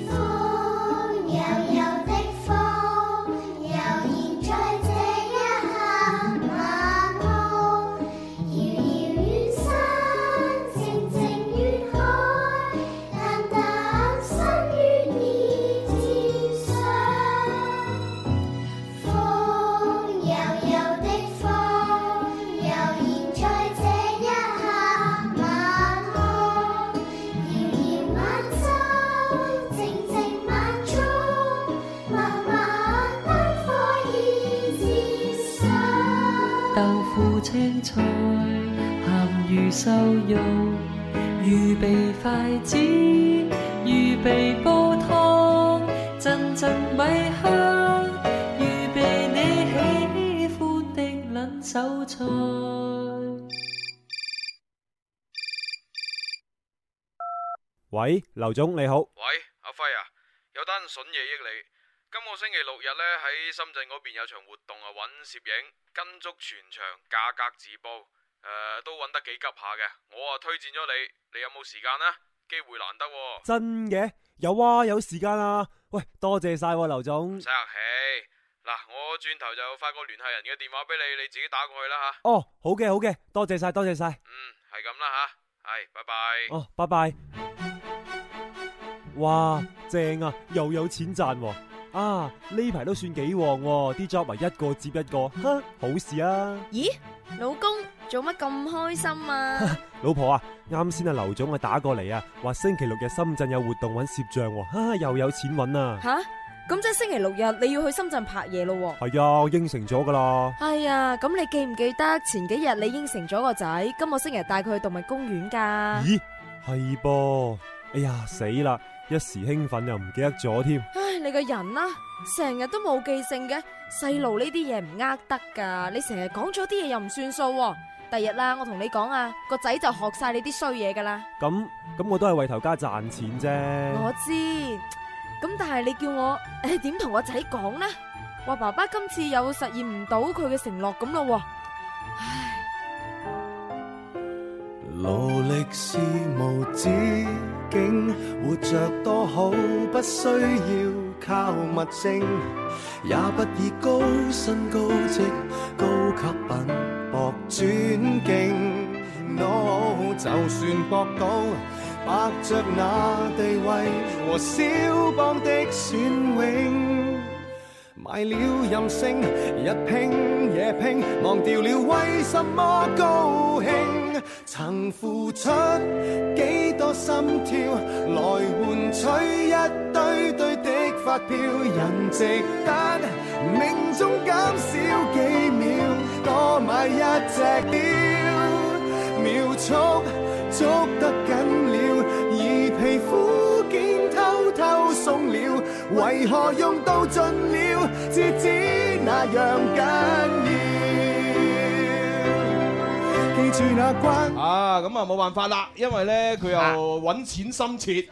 Speaker 13: 悠悠的風，悠然在這一刻晚空。遙遙遠山，靜靜遠海，淡淡身於意之上。風悠悠的風，悠然在這一刻晚空。遙遙晚舟，靜靜晚鐘，默默燈火已漸上。
Speaker 8: 豆腐青菜，鹹魚瘦肉，預備筷子，預備煲湯，陣陣米香，預備你喜歡的lunch。菜。
Speaker 7: 喂，刘总你好，
Speaker 15: 喂，阿辉啊，有單筍嘢益你。今個星期六日呢，喺深圳嗰邊有場活動啊，揾攝影跟足全場，價格自報，诶、都揾得幾急下嘅。我啊推薦咗你，你有冇時間呢？機會難得、喎。
Speaker 7: 真嘅有啊，有时间啊，喂，多谢晒喎刘总
Speaker 15: 唔使。客氣。嗱，我轉頭就發個聯繫人嘅電話俾你，你自己打過去啦吓。
Speaker 7: 哦，好嘅好嘅，多谢晒多谢晒。
Speaker 15: 嗯，係咁啦吓，係，拜拜。
Speaker 7: 哦，拜拜。哇，正啊，又有錢賺喎、啊！呢排都算幾旺喎，啲 job 啊一個接一個，哈，好事啊！
Speaker 9: 咦，老公做乜咁開心 啊？
Speaker 7: 老婆啊，啱先啊劉總啊打過嚟啊，話星期六日深圳有活動揾攝像喎、哈、又有錢揾啊！
Speaker 9: 吓，咁即係星期六日你要去深圳拍嘢咯喎。
Speaker 7: 係啊，我應承咗噶啦。
Speaker 9: 哎呀，咁你記唔記得前幾日你應承咗個仔，今個星期帶佢去動物公園
Speaker 3: 啊
Speaker 9: 㗎？
Speaker 7: 咦，係噃？哎呀，死啦！一時興奮又唔記得咗添。
Speaker 9: 唉，你個人啦、成日都冇記性嘅，細路呢啲嘢唔呃得㗎。你成日講咗啲嘢又唔算數喎、第日啦，我同你講啊，個仔就學晒你啲衰嘢㗎啦。
Speaker 7: 咁咁，我都係為頭家賺錢啫。
Speaker 9: 我知，咁但係你叫我 诶点同個仔講呢？話爸爸今次又實現唔到佢嘅承諾咁咯喎。
Speaker 14: 努力是無止境，活着多好，不需要靠物證，也不以高薪高職高級品博尊敬。No，就算博到，白着那地位和肖邦的雋永。買了任性，日拼夜拼，忘掉了為什麼高興。曾付出幾多心跳，來換取一堆堆的發票。人值得命中減少幾秒，多買一隻錶，秒速捉得緊了，而皮膚竟偷偷鬆了，為何用到盡了，至知那樣緊要。記住那關。
Speaker 4: 啊，咁啊冇辦法啦，因為咧佢又揾錢心切，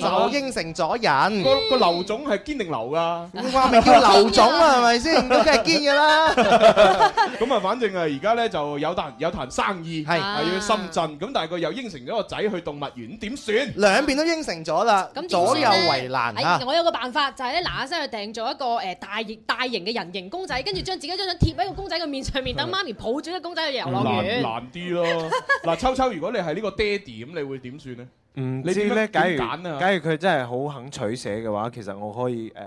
Speaker 5: 就應承咗人。
Speaker 4: 個個劉總係堅定劉噶，
Speaker 5: 話明叫劉 總啊，係咪先？咁梗係堅嘅啦。
Speaker 4: 咁啊，反正啊，而家咧就有壇有壇生意，係係要去深圳，咁但係佢又應承咗個仔去動物園，點算？
Speaker 5: 兩邊都應承咗啦
Speaker 11: 咁點，算呢
Speaker 5: 左右為難
Speaker 11: 哎
Speaker 5: 啊！
Speaker 11: 我有個辦法就係咧，嗱嗱聲去訂咗一個誒大型大型嘅人形公仔，跟住將自己張相貼喺個公仔嘅面上
Speaker 5: 嗯
Speaker 11: 面，等媽咪抱住個公仔去遊樂
Speaker 4: 難
Speaker 11: 園。
Speaker 4: 難啲咯。嗱，秋秋，如果你係呢個爹哋咁，你會點算咧？
Speaker 18: 唔
Speaker 4: 你
Speaker 18: 知
Speaker 4: 點
Speaker 18: 咧，
Speaker 4: 樣
Speaker 18: 假如
Speaker 4: 點揀啊
Speaker 18: 假如佢真係好肯取捨嘅話，其實我可以誒、呃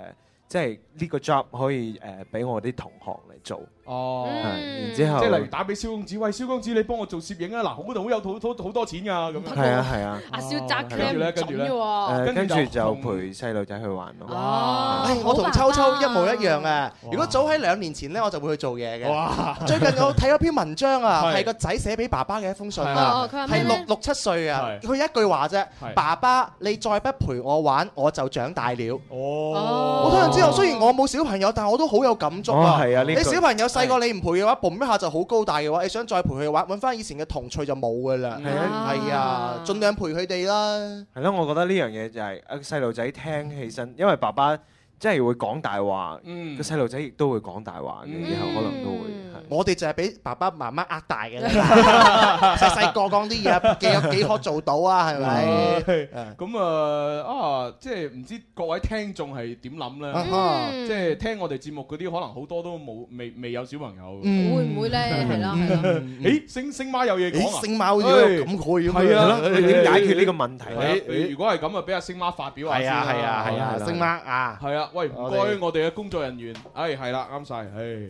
Speaker 18: 即係呢個 job 可以誒俾、我啲同學嚟做。
Speaker 4: 哦
Speaker 18: 係
Speaker 5: 嗯
Speaker 18: 啊然之後
Speaker 4: 即係例如打俾蕭公子，喂，蕭公子，你幫我做攝影啊！嗱，好好有好好好多錢㗎咁樣。
Speaker 18: 係啊係啊。
Speaker 11: 阿蕭扎
Speaker 4: 哦跟住咧，跟住咧，
Speaker 18: 誒跟住就
Speaker 4: 同哎
Speaker 18: 陪細路仔去玩咯。
Speaker 4: 哦
Speaker 5: 唉我
Speaker 18: 啊
Speaker 5: 同秋秋一模一樣啊！如果早喺兩年前呢，我就會去做嘢
Speaker 4: 哇
Speaker 5: 嘅。最近 我睇咗篇文章啊，
Speaker 18: 係
Speaker 5: 係個仔寫俾爸爸嘅一封信
Speaker 18: 哦
Speaker 5: 啊，
Speaker 18: 佢話咩
Speaker 5: 係
Speaker 18: 呢
Speaker 5: 六六七歲啊，
Speaker 18: 係
Speaker 5: 佢一句話啫
Speaker 18: 係：
Speaker 5: 爸爸，你再不陪我玩，我就長大了。
Speaker 4: 哦
Speaker 5: 我睇咗之後，雖然我冇小朋友，但我都好有感觸
Speaker 18: 哦
Speaker 5: 啊！
Speaker 18: 係啊呢
Speaker 5: 你
Speaker 18: 句
Speaker 5: 小朋友細個你唔陪嘅話，嘣一下就好高大嘅話，你想再陪佢玩，揾翻以前嘅童趣就冇噶啦。
Speaker 18: 係啊
Speaker 5: 係啊，盡量陪佢哋啦。
Speaker 18: 係咯，我覺得呢樣嘢就係啊細路仔聽起身，因為爸爸真係會講大話，
Speaker 4: 嗯
Speaker 18: 個細路仔亦都會講大話嘅，以後可能都會。
Speaker 5: 我哋就係俾爸爸媽媽呃大 嘅啦，細細個講啲嘢幾有幾可做到啊，係咪？
Speaker 4: 咁啊啊，即係唔知各位聽眾係點諗
Speaker 5: 啊哈
Speaker 4: 咧？即係聽我哋節目嗰啲，可能好多都冇未未有小朋友，
Speaker 5: 嗯會
Speaker 11: 唔會咧係啦係啦
Speaker 4: 誒，星星媽有嘢講啊！
Speaker 5: 咦星媽好似有感慨咁
Speaker 4: 係啊，
Speaker 5: 係咯你點解決呢
Speaker 18: 個問題
Speaker 5: 咧
Speaker 4: 你你如果係咁啊，俾阿星媽發表下先
Speaker 5: 係啊係啊係啊
Speaker 4: 係啦
Speaker 5: 星媽啊
Speaker 4: 係啊，喂，唔
Speaker 5: 我
Speaker 4: 該
Speaker 5: 哋
Speaker 4: 我哋嘅工作人員，誒係啦，啱晒，誒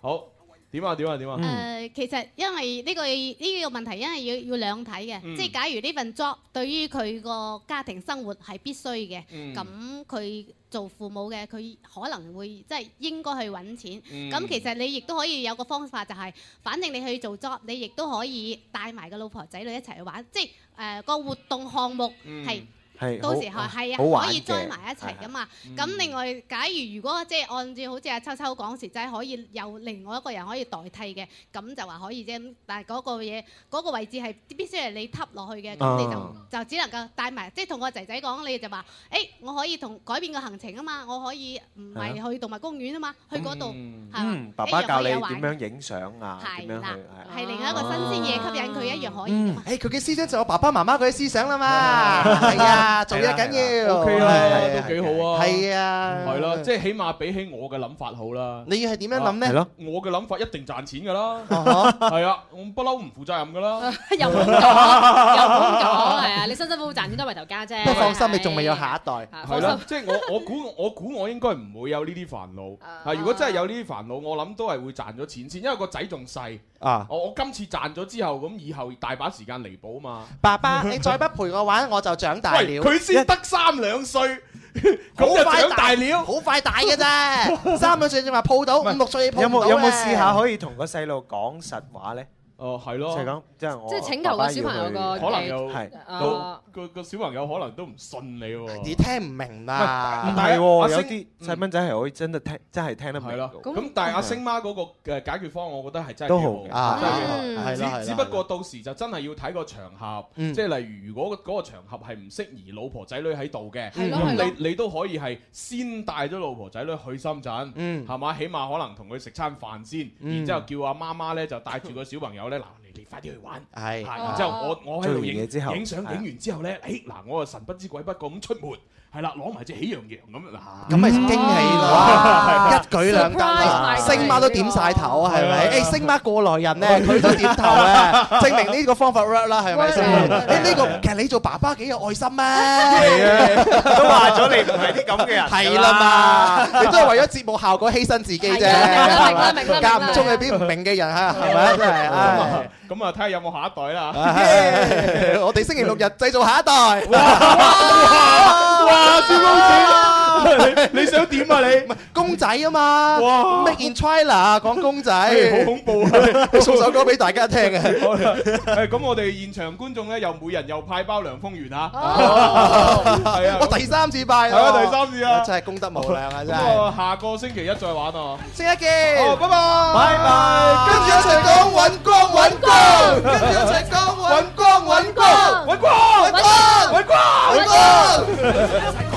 Speaker 4: 好點啊點啊點
Speaker 18: 嗯
Speaker 16: 誒、
Speaker 4: 啊！
Speaker 16: 呃其實因為呢、個呢、個問題，因為要要兩睇嘅，
Speaker 4: 嗯
Speaker 16: 即係假如呢份 job 對於佢個家庭生活係必須嘅，
Speaker 19: 嗯
Speaker 16: 咁佢、做父母嘅，佢可能會即係應該去揾錢。咁、
Speaker 19: 嗯
Speaker 16: 其實你亦都可以有個方法、就係反正你去做 job，你呃亦都可以帶埋個老婆仔女一齊去玩，即係誒個活動項目
Speaker 19: 嗯
Speaker 16: 係。
Speaker 18: 係
Speaker 16: 到
Speaker 18: 好
Speaker 16: 時候係
Speaker 18: 好
Speaker 16: 啊，
Speaker 18: 玩
Speaker 16: 可以
Speaker 18: 嘅
Speaker 16: join 埋一齊噶嘛。
Speaker 18: 嗯
Speaker 16: 咁另外，假如如果即係按照好似阿秋秋講時，就係可以有另外一個人可以代替嘅，咁就話可以啫。咁但係嗰個嘢嗰個位置係必須係你揼落去嘅，
Speaker 18: 啊
Speaker 16: 咁你就
Speaker 21: 哦
Speaker 16: 就只能夠帶埋，即係同個仔仔講，你就話：，誒，我可以同改變個行程啊嘛，我可以唔係去動物公園啊嘛，去嗰度係嘛
Speaker 18: 嗯，爸爸
Speaker 16: 一樣
Speaker 18: 教
Speaker 16: 可
Speaker 18: 你
Speaker 16: 以有玩
Speaker 18: 點樣影相啊，
Speaker 16: 係
Speaker 18: 點樣去
Speaker 16: 啦
Speaker 18: 係
Speaker 16: 係另外一個新鮮嘢吸引佢一樣可以。
Speaker 5: 嗯，誒佢嘅思想就有爸爸媽媽佢嘅思想啦嘛， 係啊，做嘢緊要
Speaker 4: OK 啦，
Speaker 5: 係
Speaker 4: 都幾好啊。
Speaker 5: 係啊，
Speaker 4: 係啦，即係起碼比起我嘅諗法好啦。
Speaker 5: 你係點樣諗呢
Speaker 4: 啊
Speaker 5: 係咯
Speaker 4: 我嘅諗法一定賺錢㗎啦，係啊，我不嬲唔負責任㗎啦。
Speaker 11: 又唔好講，又唔好講，係啊！你辛辛苦苦賺錢都係為頭家啫。
Speaker 5: 不過放心，你仲未有下一代。
Speaker 4: 係啦，即係我我估我估我應該唔會有呢啲煩惱。啊，如果真係有呢啲煩惱，我諗都係會賺咗錢先，因為個仔仲細。
Speaker 5: 啊
Speaker 4: 我我今次賺咗之後，咁以後大把時間彌補嘛。
Speaker 5: 爸爸，你再不陪我玩，我就長大了。
Speaker 4: 喂，佢先得三兩歲，咁就
Speaker 5: 好快
Speaker 4: 長大了。
Speaker 5: 好快大 嘅啫，三兩歲就話抱到，五六歲你抱
Speaker 18: 有
Speaker 5: 唔到
Speaker 18: 冇有冇
Speaker 5: 啊
Speaker 18: 試下可以同個細路講實話咧？
Speaker 4: 哦，係咯
Speaker 18: 就係講即係我
Speaker 11: 即係請求個小朋友個
Speaker 4: 可能又
Speaker 18: 係
Speaker 4: 個個個小朋友可能都唔信你喎。
Speaker 5: 你聽唔明
Speaker 18: 唔
Speaker 5: 啦，
Speaker 18: 係喎，有
Speaker 4: 啊阿
Speaker 18: 啲
Speaker 4: 星嗯
Speaker 18: 細蚊仔係可以真係聽，真係聽得明㗎。
Speaker 4: 咁但係阿星媽嗰個誒解決方案，我覺得係真係
Speaker 18: 都
Speaker 4: 幾
Speaker 18: 好
Speaker 4: 嘅
Speaker 18: 啊
Speaker 4: 真係幾
Speaker 18: 嗯
Speaker 4: 好
Speaker 18: 係啦係啦
Speaker 4: 只只不過到時就真係要睇個場合，
Speaker 18: 嗯
Speaker 4: 即係例如如果嗰個場合係唔適宜老婆仔女喺度嘅，
Speaker 18: 係咯係
Speaker 4: 咁
Speaker 18: 咯
Speaker 4: 你你都可以係先帶咗老婆仔女去深圳，係嘛？起碼可能同佢食餐飯先，
Speaker 18: 嗯
Speaker 4: 然之後叫阿媽媽咧就帶住個小朋友咧嗱，你你快啲去玩，
Speaker 5: 係
Speaker 4: 嚇然之後我我喺
Speaker 18: 做
Speaker 4: 度
Speaker 18: 完
Speaker 4: 影
Speaker 18: 嘢之後
Speaker 4: 影相，影
Speaker 18: 係啊
Speaker 4: 完之後咧，誒嗱，我啊神不知鬼不覺咁出門，係啦，攞埋隻喜羊羊咁嗱，
Speaker 5: 咁咪驚喜
Speaker 4: 哇
Speaker 5: 咯，一舉兩得啦。
Speaker 4: Surprise，
Speaker 5: 星媽都點晒頭啊，係咪？
Speaker 4: 係啊
Speaker 5: 誒，星媽過來人咧，佢都點頭 啊，證明呢個方法 work 啦，係咪先？誒，呢個其實你做爸爸幾有愛心啊！
Speaker 18: 都話咗你唔係啲咁嘅人。
Speaker 5: 係啦嘛，你都係為咗節目效果犧牲自己啫，
Speaker 4: 係啊明啦明啦明啦
Speaker 5: 係咪間唔中你邊唔明嘅人嚇，係咪真係？
Speaker 4: 咁
Speaker 5: 唉
Speaker 4: 啊咁啊，睇下有冇下一代啦。
Speaker 5: 唉我哋星期六日製造下一代。
Speaker 4: 哇！小公
Speaker 5: 主，
Speaker 4: 你想點啊你？
Speaker 5: 公仔啊嘛，
Speaker 4: 哇
Speaker 5: ！Make in China 講公仔，
Speaker 4: 唉好恐 怖啊！
Speaker 5: 送首歌俾大家聽啊！
Speaker 4: 好啦誒咁我哋現場觀眾咧，又每人又派包涼風丸啊！係啊，
Speaker 5: 我第三次拜
Speaker 4: 係啊，第三次啊，
Speaker 5: 真係功德無量啊！
Speaker 4: 咁
Speaker 5: 真係，
Speaker 4: 啊，下個星期一再玩啊！
Speaker 5: 星一記，
Speaker 4: 好，拜拜，拜
Speaker 5: 拜，跟住一齊講揾光揾光，跟住一齊講揾光揾光，
Speaker 4: 揾光
Speaker 5: 揾光
Speaker 4: 揾光
Speaker 5: 揾光。